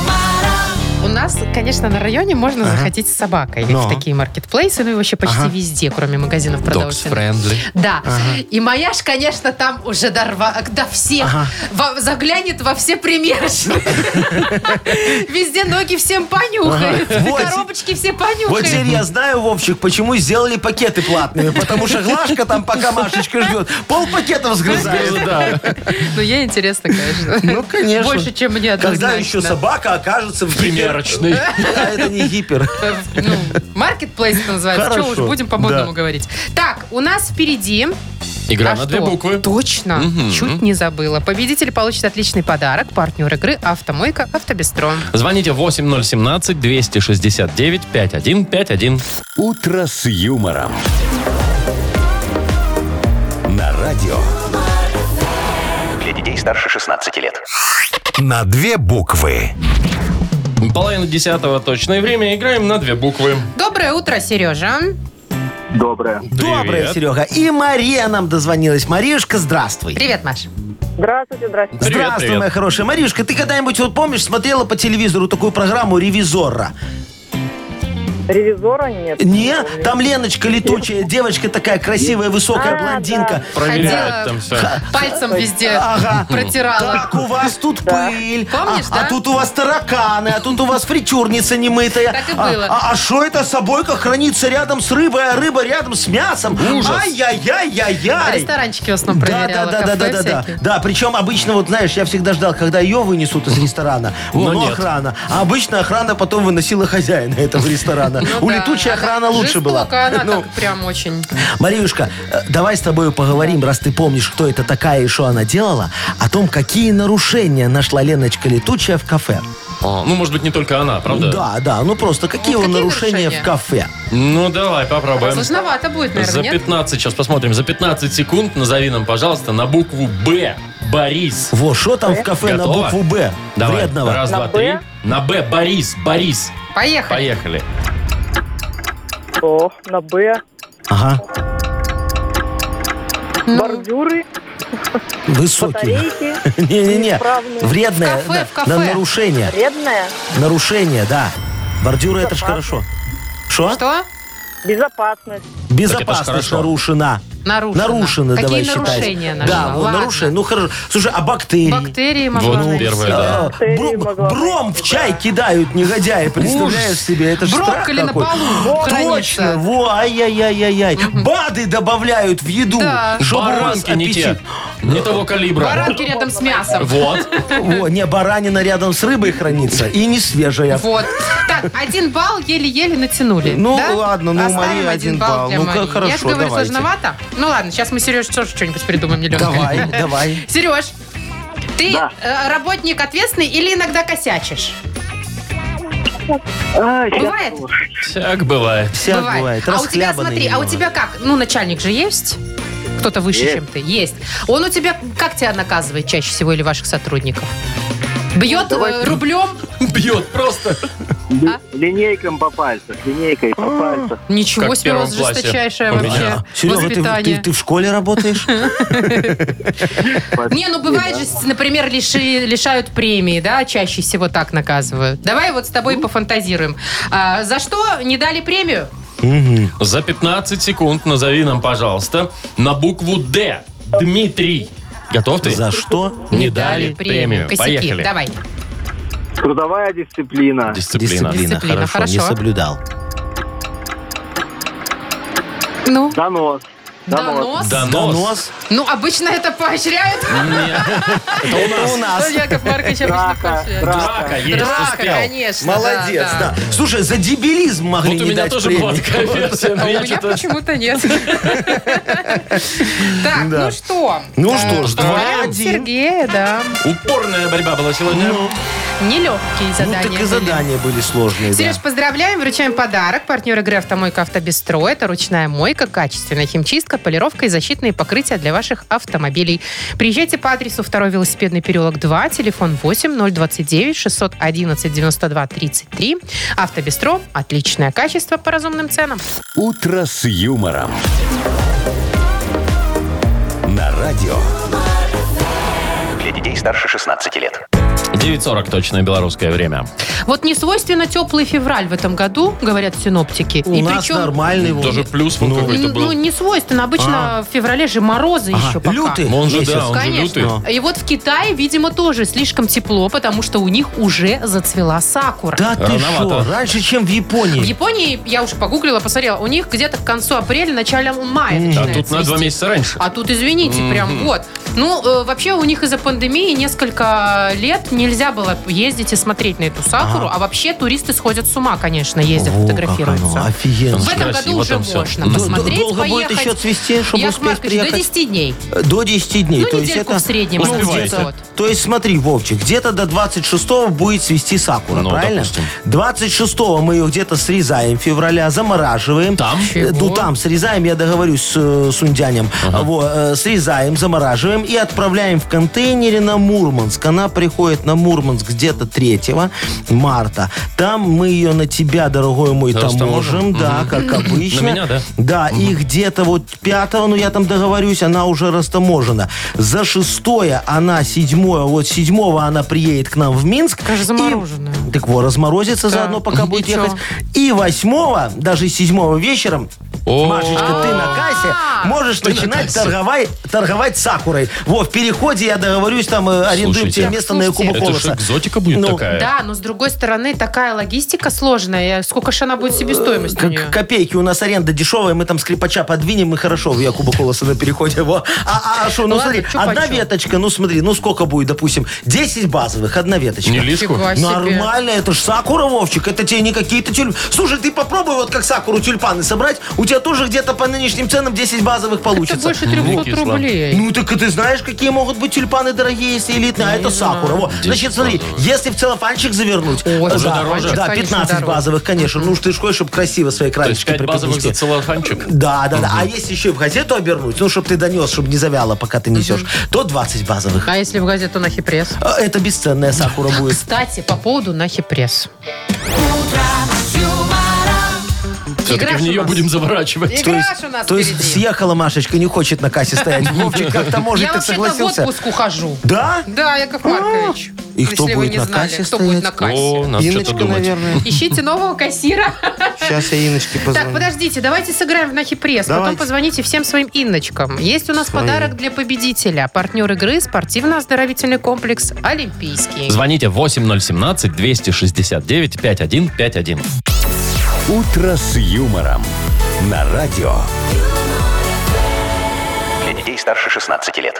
[SPEAKER 3] У нас, конечно, на районе можно захотеть с собакой
[SPEAKER 4] Но.
[SPEAKER 3] в такие маркетплейсы, ну и вообще почти везде, кроме магазинов продовольственных.
[SPEAKER 2] friendly.
[SPEAKER 3] Да. И моя ж, конечно, там уже дорва, до всех во- заглянет во все примерочные. Везде ноги всем понюхает,
[SPEAKER 4] Ага. Вот.
[SPEAKER 3] коробочки все
[SPEAKER 4] Вот теперь
[SPEAKER 3] понюхает.
[SPEAKER 4] я знаю, Вовчик, почему сделали пакеты платные. Потому что Глашка там, пока Машечка ждет, пол пакета сгрызает.
[SPEAKER 3] Ну, ей интересно, конечно.
[SPEAKER 4] Ну, конечно.
[SPEAKER 3] Больше, чем мне
[SPEAKER 4] Когда
[SPEAKER 3] однозначно.
[SPEAKER 4] еще собака окажется в гипер?
[SPEAKER 2] Примерочный.
[SPEAKER 4] Да, это не гипер.
[SPEAKER 3] Ну, маркетплейс это называется. Что
[SPEAKER 4] Хорошо,
[SPEAKER 3] уж будем по-модному
[SPEAKER 4] да.
[SPEAKER 3] говорить. Так, у нас впереди
[SPEAKER 2] Игра
[SPEAKER 3] А
[SPEAKER 2] на две
[SPEAKER 3] что?
[SPEAKER 2] буквы.
[SPEAKER 3] Точно.
[SPEAKER 2] Мгм.
[SPEAKER 3] Чуть не забыла. Победитель получит отличный подарок. Партнер игры «Автомойка Автобестро».
[SPEAKER 2] Звоните 8017-269-5151.
[SPEAKER 1] «Утро с юмором». На радио.
[SPEAKER 8] Для детей старше 16 лет.
[SPEAKER 1] На две буквы.
[SPEAKER 2] Половина десятого точное время. Играем на две буквы.
[SPEAKER 3] Доброе утро, Сережа.
[SPEAKER 6] Доброе.
[SPEAKER 4] Доброе,
[SPEAKER 2] Привет.
[SPEAKER 4] Серега. И Мария нам дозвонилась. Маришка, здравствуй.
[SPEAKER 3] Привет, Маш.
[SPEAKER 7] Здравствуйте, здравствуйте.
[SPEAKER 2] Привет,
[SPEAKER 4] Здравствуй,
[SPEAKER 2] привет.
[SPEAKER 4] моя хорошая. Маришка, ты когда-нибудь, вот помнишь, смотрела по телевизору такую программу «Ревизорра»?
[SPEAKER 7] Ревизора нет.
[SPEAKER 4] Не? Там Леночка летучая, девочка такая красивая, высокая,
[SPEAKER 7] А,
[SPEAKER 4] блондинка.
[SPEAKER 2] Проверяют там все.
[SPEAKER 3] Пальцем везде
[SPEAKER 4] Ага.
[SPEAKER 3] протирала.
[SPEAKER 4] Так, у вас тут пыль.
[SPEAKER 3] Помнишь,
[SPEAKER 4] а, а
[SPEAKER 3] да?
[SPEAKER 4] тут у вас тараканы, а тут у вас фритюрница немытая.
[SPEAKER 3] Так и
[SPEAKER 4] А-
[SPEAKER 3] было.
[SPEAKER 4] А что это собойка хранится рядом с рыбой, а рыба рядом с мясом?
[SPEAKER 2] Ужас.
[SPEAKER 4] Ай-яй-яй-яй-яй.
[SPEAKER 3] Ресторанчики в основном
[SPEAKER 4] Да, да,
[SPEAKER 3] проверяла.
[SPEAKER 4] да, да, да,
[SPEAKER 3] кафе
[SPEAKER 4] да, да.
[SPEAKER 3] всякие.
[SPEAKER 4] Да, причем обычно, вот знаешь, я всегда ждал, когда ее вынесут из ресторана.
[SPEAKER 2] Но
[SPEAKER 4] Во, ну,
[SPEAKER 2] нет.
[SPEAKER 4] охрана. А обычно охрана потом выносила хозяина этого ресторана.
[SPEAKER 3] Ну
[SPEAKER 4] У
[SPEAKER 3] да,
[SPEAKER 4] летучей
[SPEAKER 3] она
[SPEAKER 4] охрана лучше была.
[SPEAKER 3] жестокая, она
[SPEAKER 4] Ну,
[SPEAKER 3] так прям очень.
[SPEAKER 4] Мариюшка, э, давай с тобой поговорим, раз ты помнишь, кто это такая и что она делала, о том, какие нарушения нашла Леночка Летучая в кафе.
[SPEAKER 2] А, Ну, может быть, не только она, правда?
[SPEAKER 4] Да, да, ну просто какие
[SPEAKER 3] Вот
[SPEAKER 4] он
[SPEAKER 3] какие
[SPEAKER 4] нарушения,
[SPEAKER 3] нарушения?
[SPEAKER 4] в кафе?
[SPEAKER 2] Ну, давай, попробуем.
[SPEAKER 3] Сложновато будет,
[SPEAKER 2] За
[SPEAKER 3] наверное, нет?
[SPEAKER 2] 15, сейчас посмотрим, за 15 секунд назови нам, пожалуйста, на букву «Б» Борис.
[SPEAKER 4] Во, что там в кафе
[SPEAKER 2] Готово?
[SPEAKER 4] на букву «Б»
[SPEAKER 2] Давай,
[SPEAKER 4] вредного?
[SPEAKER 2] раз,
[SPEAKER 7] На
[SPEAKER 2] два,
[SPEAKER 7] «Б»?
[SPEAKER 2] три. На «Б» Борис, Борис.
[SPEAKER 3] Поехали.
[SPEAKER 2] Поехали.
[SPEAKER 7] Ох, на Б.
[SPEAKER 4] Ага,
[SPEAKER 7] Бордюры,
[SPEAKER 4] высокий.
[SPEAKER 7] батарейки.
[SPEAKER 4] Не-не-не,
[SPEAKER 7] Неисправные.
[SPEAKER 3] В
[SPEAKER 4] вредное,
[SPEAKER 3] кафе,
[SPEAKER 4] да,
[SPEAKER 3] в кафе.
[SPEAKER 4] на нарушение.
[SPEAKER 7] Вредная.
[SPEAKER 4] Нарушение, да. Бордюры, это ж хорошо. Что?
[SPEAKER 3] Что?
[SPEAKER 2] Так
[SPEAKER 7] Безопасность.
[SPEAKER 2] это ж
[SPEAKER 4] Безопасность
[SPEAKER 2] хорошо.
[SPEAKER 4] нарушена.
[SPEAKER 3] Нарушено.
[SPEAKER 4] Нарушено,
[SPEAKER 3] Какие
[SPEAKER 4] давай считать.
[SPEAKER 3] нарушения
[SPEAKER 4] Да,
[SPEAKER 3] нашла?
[SPEAKER 4] вот
[SPEAKER 3] Ладно.
[SPEAKER 4] нарушение. Ну, хорошо. Слушай, а бактерии?
[SPEAKER 3] Бактерии могла
[SPEAKER 2] Вот
[SPEAKER 3] найти.
[SPEAKER 2] первое, да.
[SPEAKER 4] Э,
[SPEAKER 7] Бактерии
[SPEAKER 4] бром-
[SPEAKER 7] могла
[SPEAKER 4] бром в
[SPEAKER 7] быть,
[SPEAKER 4] чай
[SPEAKER 7] да.
[SPEAKER 4] кидают негодяи, представляешь
[SPEAKER 2] Ужас.
[SPEAKER 4] себе? Это ж страх
[SPEAKER 3] Брокколи на
[SPEAKER 4] какой.
[SPEAKER 3] полу хранится.
[SPEAKER 4] Точно, во, ай-яй-яй-яй-яй. Бады добавляют в еду,
[SPEAKER 3] Да.
[SPEAKER 4] чтобы у вас
[SPEAKER 2] Баранки не те.
[SPEAKER 4] аппетит.
[SPEAKER 2] Не того калибра.
[SPEAKER 3] Баранки рядом с мясом.
[SPEAKER 2] Вот.
[SPEAKER 4] Во, не, баранина рядом с рыбой хранится и не свежая.
[SPEAKER 3] Вот. Так, один балл еле-еле натянули.
[SPEAKER 4] Ну,
[SPEAKER 3] да?
[SPEAKER 4] ладно, ну, у
[SPEAKER 3] Оставим
[SPEAKER 4] Марии один балл.
[SPEAKER 3] для
[SPEAKER 4] Ну,
[SPEAKER 3] Марии.
[SPEAKER 4] как хорошо,
[SPEAKER 3] Я же говорю,
[SPEAKER 4] давайте.
[SPEAKER 3] сложновато. Ну, ладно, сейчас мы Сереж тоже что-нибудь придумаем миллионное.
[SPEAKER 4] Давай, давай.
[SPEAKER 3] Сереж, ты
[SPEAKER 6] Да.
[SPEAKER 3] э, работник ответственный или иногда косячишь?
[SPEAKER 6] А,
[SPEAKER 3] Бывает?
[SPEAKER 2] Так бывает.
[SPEAKER 4] Вся бывает,
[SPEAKER 3] А у тебя,
[SPEAKER 4] расхлябанный
[SPEAKER 3] смотри, а у
[SPEAKER 4] немного.
[SPEAKER 3] тебя как? Ну, начальник же есть? Кто-то выше, чем ты. Есть. Он у тебя, как тебя наказывает чаще всего или ваших сотрудников?
[SPEAKER 2] Ну,
[SPEAKER 3] Бьет э, рублем?
[SPEAKER 2] Бьет просто.
[SPEAKER 6] Линейком по пальцам, линейкой по пальцам.
[SPEAKER 3] Ничего
[SPEAKER 2] Как в
[SPEAKER 3] себе, у вас
[SPEAKER 2] первом классе
[SPEAKER 3] жесточайшее
[SPEAKER 2] у меня.
[SPEAKER 3] вообще
[SPEAKER 4] Серега, А, ты, в-
[SPEAKER 3] воспитание.
[SPEAKER 4] ты- ты в школе работаешь?
[SPEAKER 3] Не, ну бывает же, например, лиши- лишают премии, да, чаще всего так наказывают. Давай вот с тобой
[SPEAKER 4] Ну.
[SPEAKER 3] пофантазируем. А, за что не дали премию?
[SPEAKER 2] За 15 секунд назови нам, пожалуйста, на букву «Д» Дмитрий. Готов ты?
[SPEAKER 4] За что?
[SPEAKER 2] Не дали премию.
[SPEAKER 3] Косяки.
[SPEAKER 2] Поехали.
[SPEAKER 3] Давай.
[SPEAKER 6] Трудовая дисциплина.
[SPEAKER 2] Дисциплина.
[SPEAKER 3] Дисциплина,
[SPEAKER 4] хорошо, не
[SPEAKER 3] хорошо.
[SPEAKER 4] соблюдал.
[SPEAKER 3] Ну,
[SPEAKER 6] Донос.
[SPEAKER 3] донос.
[SPEAKER 2] Донос.
[SPEAKER 4] Донос?
[SPEAKER 3] Ну, обычно это поощряют.
[SPEAKER 4] Это у нас.
[SPEAKER 3] Ну, Яков Маркович обычно
[SPEAKER 6] Драка,
[SPEAKER 3] поощряет.
[SPEAKER 6] драка.
[SPEAKER 2] есть,
[SPEAKER 3] Драка,
[SPEAKER 2] успел.
[SPEAKER 3] конечно. да,
[SPEAKER 4] Молодец,
[SPEAKER 3] да.
[SPEAKER 4] да. Слушай, за дебилизм могли
[SPEAKER 2] Вот у
[SPEAKER 4] не
[SPEAKER 2] меня
[SPEAKER 4] дать Ну,
[SPEAKER 2] тоже
[SPEAKER 4] премию.
[SPEAKER 2] была такая версия,
[SPEAKER 3] А
[SPEAKER 2] но
[SPEAKER 3] у
[SPEAKER 2] я
[SPEAKER 3] меня
[SPEAKER 2] что-то...
[SPEAKER 3] почему-то нет. Так,
[SPEAKER 4] Да.
[SPEAKER 3] ну что?
[SPEAKER 4] Ну что ж,
[SPEAKER 3] Поздравляем
[SPEAKER 4] 2-1.
[SPEAKER 3] Сергея, да.
[SPEAKER 2] Упорная борьба была сегодня.
[SPEAKER 3] Нелегкие
[SPEAKER 4] Ну
[SPEAKER 3] задания.
[SPEAKER 4] так и
[SPEAKER 3] были.
[SPEAKER 4] задания были сложные, да.
[SPEAKER 3] Сереж, поздравляем, вручаем подарок. Партнер игры «Автомойка Автобестро» — это ручная мойка, качественная химчистка, полировка и защитные покрытия для ваших автомобилей. Приезжайте по адресу 2 велосипедный переулок 2, телефон 8 029 611 92 33. «Автобестро» — отличное качество по разумным ценам.
[SPEAKER 1] «Утро с юмором». На радио.
[SPEAKER 8] Для детей старше 16 лет.
[SPEAKER 2] 9.40 точное белорусское время.
[SPEAKER 3] Вот не свойственно теплый февраль в этом году, говорят синоптики.
[SPEAKER 4] У нас нормальный вот.
[SPEAKER 2] Даже плюс вот какой-то
[SPEAKER 3] н- Ну,
[SPEAKER 2] был.
[SPEAKER 3] не свойственно. Обычно в феврале же морозы еще пока.
[SPEAKER 4] Лютый
[SPEAKER 2] Он же,
[SPEAKER 4] месяц.
[SPEAKER 2] да, он же
[SPEAKER 3] Конечно.
[SPEAKER 2] лютый.
[SPEAKER 3] И вот в Китае, видимо, тоже слишком тепло, потому что у них уже зацвела сакура.
[SPEAKER 4] Да ты
[SPEAKER 2] Рановато.
[SPEAKER 4] что, раньше, чем в
[SPEAKER 3] В
[SPEAKER 4] Японии.
[SPEAKER 3] Японии, я уже погуглила, посмотрела, у них где-то к концу апреля, начале мая
[SPEAKER 2] А
[SPEAKER 3] начинает
[SPEAKER 2] тут на два
[SPEAKER 3] цвести.
[SPEAKER 2] месяца раньше.
[SPEAKER 3] А тут, извините, прям вот. Ну, э, вообще у них из-за пандемии несколько лет нельзя было ездить и смотреть на эту сакуру, а вообще туристы сходят с ума, конечно, ездят,
[SPEAKER 4] Во, как оно,
[SPEAKER 3] фотографируются.
[SPEAKER 4] Офигенно.
[SPEAKER 3] В этом
[SPEAKER 2] Красиво
[SPEAKER 3] году уже
[SPEAKER 2] там всё.
[SPEAKER 3] можно
[SPEAKER 2] Д-
[SPEAKER 3] посмотреть,
[SPEAKER 4] долго будет
[SPEAKER 3] поехать.
[SPEAKER 4] еще цвести, чтобы
[SPEAKER 3] Яков
[SPEAKER 4] успеть
[SPEAKER 3] Маркович, до
[SPEAKER 4] приехать?
[SPEAKER 3] 10 дней.
[SPEAKER 4] До 10 дней.
[SPEAKER 3] Ну,
[SPEAKER 4] то есть
[SPEAKER 3] недельку
[SPEAKER 4] это,
[SPEAKER 3] в среднем
[SPEAKER 4] ну,
[SPEAKER 3] она
[SPEAKER 4] где-то-
[SPEAKER 3] цветет.
[SPEAKER 4] То есть смотри, Вовчик, где-то до 26 будет свести сакура,
[SPEAKER 2] Ну,
[SPEAKER 4] правильно?
[SPEAKER 2] допустим.
[SPEAKER 4] 26 мы ее где-то срезаем февраля, замораживаем.
[SPEAKER 2] Там?
[SPEAKER 4] Э,
[SPEAKER 3] Чего?
[SPEAKER 4] Ну, там срезаем, я договорюсь с э, Сундянем. Во, э, срезаем, замораживаем и отправляем в контейнере на Мурманск. Она приходит на Мурманск где-то 3 марта. Там мы ее на тебя, дорогой мой,
[SPEAKER 2] Растаможим?
[SPEAKER 4] таможим, да, как обычно.
[SPEAKER 2] меня, да?
[SPEAKER 4] Да, и где-то вот пятого, ну я там договорюсь, она уже растаможена. За шестое она седьмое, вот седьмого она приедет к нам в Минск.
[SPEAKER 3] Она же
[SPEAKER 4] И-
[SPEAKER 3] замороженная.
[SPEAKER 4] Так вот, разморозится
[SPEAKER 3] Да.
[SPEAKER 4] заодно, пока будет
[SPEAKER 3] И чё?
[SPEAKER 4] ехать. И восьмого, даже седьмого вечером,
[SPEAKER 2] О.
[SPEAKER 4] Машечка, ты на кассе
[SPEAKER 3] А!
[SPEAKER 4] можешь начинать торговать, торговать сакурой. Во, в переходе я договорюсь, там э, арендуем
[SPEAKER 2] Слушайте.
[SPEAKER 4] тебе место на
[SPEAKER 3] Слушайте.
[SPEAKER 4] Якуба
[SPEAKER 2] Это же
[SPEAKER 4] Колоса.
[SPEAKER 2] экзотика будет
[SPEAKER 4] Ну,
[SPEAKER 2] такая.
[SPEAKER 3] Да, но с другой стороны, такая логистика сложная. Сколько же она будет себестоимость у
[SPEAKER 4] К-
[SPEAKER 3] нее?
[SPEAKER 4] копейки, у нас аренда дешевая, мы там скрипача подвинем, и хорошо в Якуба Колоса на переходе. Во. А, а шо, ну
[SPEAKER 3] Ладно,
[SPEAKER 4] смотри,
[SPEAKER 3] чё
[SPEAKER 4] одна
[SPEAKER 3] почё.
[SPEAKER 4] веточка, ну смотри, ну сколько будет, допустим, 10 базовых, одна веточка.
[SPEAKER 2] Не лишку.
[SPEAKER 3] Фига себе.
[SPEAKER 4] Нормально, это ж Сакура, Вовчик, это тебе не какие-то тюльпаны. Слушай, ты попробуй вот как Сакуру тюльпаны собрать, у тебя тоже где-то по нынешним ценам 10 базовых
[SPEAKER 3] Это
[SPEAKER 4] получится.
[SPEAKER 3] больше
[SPEAKER 2] Не
[SPEAKER 3] 300
[SPEAKER 2] кисло.
[SPEAKER 3] рублей.
[SPEAKER 4] Ну, так и ты знаешь, какие могут быть тюльпаны дорогие, если элитные, а это сакура. Во.
[SPEAKER 2] 10
[SPEAKER 4] Значит, смотри,
[SPEAKER 2] базовых. если
[SPEAKER 4] если в целлофанчик завернуть,
[SPEAKER 3] Ой,
[SPEAKER 4] да,
[SPEAKER 3] уже
[SPEAKER 2] дороже.
[SPEAKER 4] да,
[SPEAKER 3] Конечно,
[SPEAKER 4] 15
[SPEAKER 3] дороже.
[SPEAKER 4] базовых, конечно. Ну, уж ты ж кое, чтобы красиво свои
[SPEAKER 2] То есть
[SPEAKER 4] кралечки
[SPEAKER 2] 5 базовых за
[SPEAKER 4] преподнести.
[SPEAKER 2] целлофанчик.
[SPEAKER 4] Да, да, да. А если еще и в газету обернуть, ну, чтобы ты донес, чтобы не завяло, пока ты несешь, то 20 базовых.
[SPEAKER 3] А если в газету «Нахи пресс»?
[SPEAKER 4] А, Это бесценная сакура будет.
[SPEAKER 3] Кстати, по поводу «Нахи пресс».
[SPEAKER 2] Все-таки
[SPEAKER 3] Играш
[SPEAKER 2] в
[SPEAKER 3] у
[SPEAKER 2] нее
[SPEAKER 3] нас.
[SPEAKER 2] будем заворачивать.
[SPEAKER 3] Играш у нас
[SPEAKER 4] То есть
[SPEAKER 3] впереди.
[SPEAKER 4] съехала Машечка, не хочет на кассе стоять. Вовчик, как-то может,
[SPEAKER 3] Я
[SPEAKER 4] ты
[SPEAKER 3] вообще-то в
[SPEAKER 4] согласился?
[SPEAKER 3] отпуск ухожу.
[SPEAKER 4] Да?
[SPEAKER 3] Да, Яков Маркович.
[SPEAKER 4] И кто
[SPEAKER 3] Если вы
[SPEAKER 4] будет
[SPEAKER 3] не
[SPEAKER 4] на
[SPEAKER 3] знали,
[SPEAKER 4] кассе
[SPEAKER 3] кто будет
[SPEAKER 4] стоять?
[SPEAKER 3] на кассе.
[SPEAKER 2] О, надо что-то
[SPEAKER 4] Иночка,
[SPEAKER 2] думать.
[SPEAKER 4] наверное.
[SPEAKER 3] Ищите нового кассира.
[SPEAKER 4] Сейчас я Иночке
[SPEAKER 3] Так,
[SPEAKER 4] позвоню.
[SPEAKER 3] подождите, давайте сыграем в Нахи Пресс. Потом
[SPEAKER 4] Давайте.
[SPEAKER 3] позвоните всем своим Инночкам. Есть у нас подарок для победителя. Партнер игры спортивно-оздоровительный комплекс «Олимпийский».
[SPEAKER 2] Звоните 8017-269-5151.
[SPEAKER 1] «Утро с юмором». На радио.
[SPEAKER 8] Для детей старше 16 лет.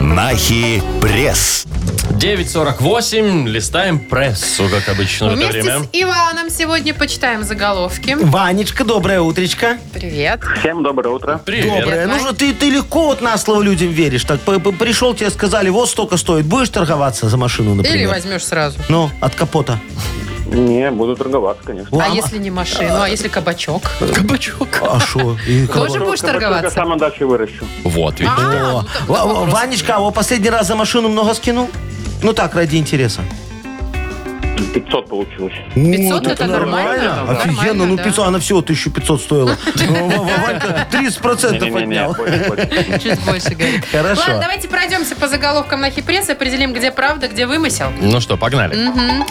[SPEAKER 1] Нахи пресс.
[SPEAKER 2] 9.48. Листаем прессу, как обычно в это
[SPEAKER 3] Вместе
[SPEAKER 2] время.
[SPEAKER 3] с Иваном сегодня почитаем заголовки.
[SPEAKER 4] Ванечка, доброе утречко.
[SPEAKER 3] Привет.
[SPEAKER 5] Всем доброе утро.
[SPEAKER 2] Привет.
[SPEAKER 4] Доброе.
[SPEAKER 3] Вань.
[SPEAKER 4] Ну же, ты, ты легко вот на слово людям веришь. Так п- п- пришел, тебе сказали, вот столько стоит. Будешь торговаться за машину, например?
[SPEAKER 3] Или возьмешь сразу.
[SPEAKER 4] Ну, от капота.
[SPEAKER 5] Не, буду торговаться, конечно.
[SPEAKER 4] Во,
[SPEAKER 3] А
[SPEAKER 4] а-
[SPEAKER 3] если не машину, а если кабачок? Кабачок.
[SPEAKER 4] А шо? И кого-
[SPEAKER 3] Тоже будешь
[SPEAKER 5] Только
[SPEAKER 3] торговаться?
[SPEAKER 5] сам на даче выращу.
[SPEAKER 2] Вот, видишь.
[SPEAKER 3] А,
[SPEAKER 4] Во. Ва- ва- Ванечка, а вот последний раз за машину много скинул? Ну так, ради интереса. Ну,
[SPEAKER 5] 500 получилось.
[SPEAKER 3] 500 это нормально?
[SPEAKER 4] Офигенно, ну
[SPEAKER 3] Нормально, да.
[SPEAKER 4] 500, она всего 1500 стоила. Ну, Ва- Ва- Ванька 30% поднял.
[SPEAKER 5] больше, больше.
[SPEAKER 3] Чуть больше говорит.
[SPEAKER 4] Хорошо.
[SPEAKER 3] Ладно, давайте пройдемся по заголовкам на хипресс, определим, где правда, где вымысел.
[SPEAKER 2] Ну что, погнали.
[SPEAKER 3] Мгм.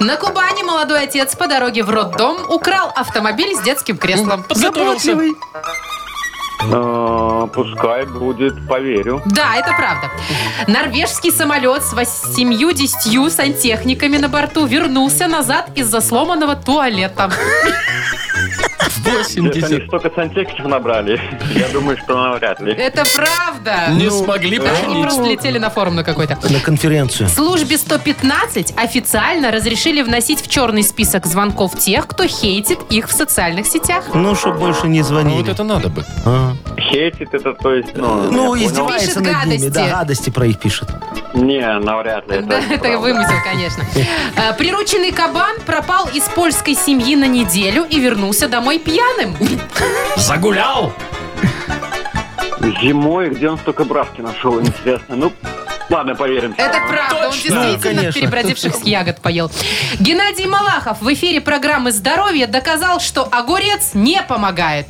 [SPEAKER 3] На Кубани молодой отец по дороге в роддом украл автомобиль с детским креслом.
[SPEAKER 2] Подготовился.
[SPEAKER 5] Э, А, пускай будет, поверю.
[SPEAKER 3] Да, это правда. Норвежский самолет с 80 сантехниками на борту вернулся назад из-за сломанного туалета.
[SPEAKER 2] 80.
[SPEAKER 5] столько сантехников набрали, я думаю, что навряд ли.
[SPEAKER 3] Это правда.
[SPEAKER 2] Не смогли
[SPEAKER 3] Ну, Они
[SPEAKER 2] починить.
[SPEAKER 3] просто летели на форум на какой-то.
[SPEAKER 4] На конференцию.
[SPEAKER 3] Службе 115 официально разрешили вносить в черный список звонков тех, кто хейтит их в социальных сетях.
[SPEAKER 4] Ну, чтоб больше не
[SPEAKER 2] Ну
[SPEAKER 3] А,
[SPEAKER 4] звонили. А.
[SPEAKER 2] вот это надо бы.
[SPEAKER 5] Хейтит это, то есть, ну...
[SPEAKER 4] Ну,
[SPEAKER 5] я понял.
[SPEAKER 4] издевается
[SPEAKER 3] Пишет
[SPEAKER 4] над ними.
[SPEAKER 3] гадости.
[SPEAKER 4] Да, гадости про их пишет.
[SPEAKER 5] Не, навряд ли.
[SPEAKER 3] Да, это
[SPEAKER 5] неправда.
[SPEAKER 3] вымысел, конечно. Э, Прирученный кабан пропал из польской семьи на неделю и вернулся домой пьяным.
[SPEAKER 2] Загулял!
[SPEAKER 6] Зимой, где он столько бравки нашел, интересно. Ну, ладно, поверим.
[SPEAKER 3] Это правда, он действительно
[SPEAKER 4] А, Ну, конечно.
[SPEAKER 3] перебродивших ягод поел. Геннадий Малахов в эфире программы «Здоровье» доказал, что огурец не помогает.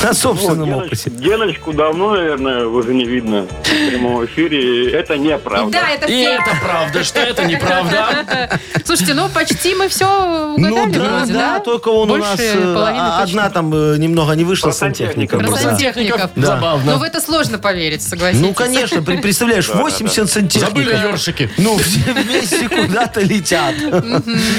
[SPEAKER 4] На
[SPEAKER 5] Ну,
[SPEAKER 4] собственном
[SPEAKER 5] Геноч-
[SPEAKER 4] опыте.
[SPEAKER 5] Геночку давно, наверное, уже не видно в прямом эфире. и Это неправда.
[SPEAKER 3] Да, это
[SPEAKER 2] И
[SPEAKER 3] фейк.
[SPEAKER 2] это правда, что это неправда.
[SPEAKER 3] Слушайте, ну почти мы все угадали
[SPEAKER 4] Ну да,
[SPEAKER 3] вроде,
[SPEAKER 4] да, только он
[SPEAKER 3] Больше
[SPEAKER 4] у нас э,
[SPEAKER 3] половины
[SPEAKER 4] а-
[SPEAKER 3] точно.
[SPEAKER 4] одна там э, немного не вышла
[SPEAKER 5] Про
[SPEAKER 4] с сантехником.
[SPEAKER 5] сантехника.
[SPEAKER 3] Про
[SPEAKER 4] Да.
[SPEAKER 3] сантехников.
[SPEAKER 2] Да. Забавно.
[SPEAKER 3] Но Ну, в это сложно поверить, согласитесь.
[SPEAKER 4] Ну, конечно, при- представляешь, 80
[SPEAKER 2] Забыли
[SPEAKER 4] сантехников.
[SPEAKER 2] ершики.
[SPEAKER 4] Ну, все вместе куда-то летят.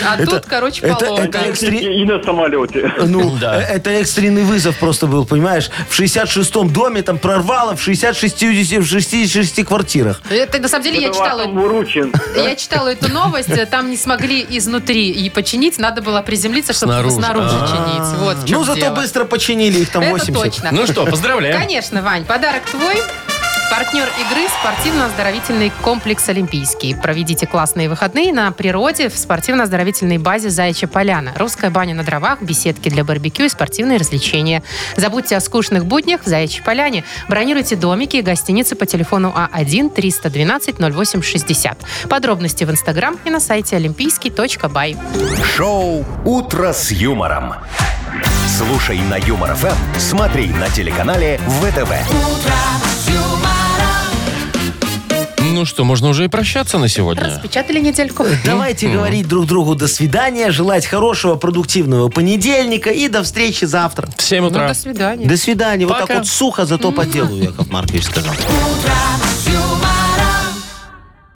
[SPEAKER 3] А тут, короче,
[SPEAKER 4] это-
[SPEAKER 3] поломка.
[SPEAKER 4] это экстрен-
[SPEAKER 5] И, и на самолете.
[SPEAKER 4] Ну,
[SPEAKER 2] Да.
[SPEAKER 4] э, это экстренный вызов просто был, понимаешь? В 66-м доме там прорвало в 66 в 66 квартирах.
[SPEAKER 3] Это, на самом деле, я читала,
[SPEAKER 5] Муручин.
[SPEAKER 3] я читала эту новость, э, там не смогли изнутри и починить, надо было приземлиться, чтобы
[SPEAKER 2] Снаружи.
[SPEAKER 3] снаружи, чинить. Вот в чем
[SPEAKER 4] Ну, зато
[SPEAKER 3] дело.
[SPEAKER 4] быстро починили их там
[SPEAKER 3] Это
[SPEAKER 4] 80.
[SPEAKER 3] точно.
[SPEAKER 2] Ну что, поздравляем.
[SPEAKER 3] Конечно, Вань, подарок твой. Партнер игры – спортивно-оздоровительный комплекс «Олимпийский». Проведите классные выходные на природе в спортивно-оздоровительной базе «Заячья поляна». Русская баня на дровах, беседки для барбекю и спортивные развлечения. Забудьте о скучных буднях в «Заячьей поляне». Бронируйте домики и гостиницы по телефону А А1-312-0860. Подробности в Инстаграм и на сайте олимпийский.бай.
[SPEAKER 1] Шоу «Утро с юмором». Слушай на Юмор ФМ, смотри на телеканале ВТВ.
[SPEAKER 2] Ну что, можно уже и прощаться на сегодня.
[SPEAKER 3] Распечатали недельку.
[SPEAKER 4] Ну, Давайте говорить друг другу до свидания, желать хорошего, продуктивного понедельника и до встречи завтра.
[SPEAKER 2] В 7
[SPEAKER 3] Ну,
[SPEAKER 2] утра.
[SPEAKER 3] до свидания.
[SPEAKER 4] До свидания. Вот
[SPEAKER 2] Пока.
[SPEAKER 4] так вот сухо, зато по делу, Яков Маркович сказал.
[SPEAKER 9] с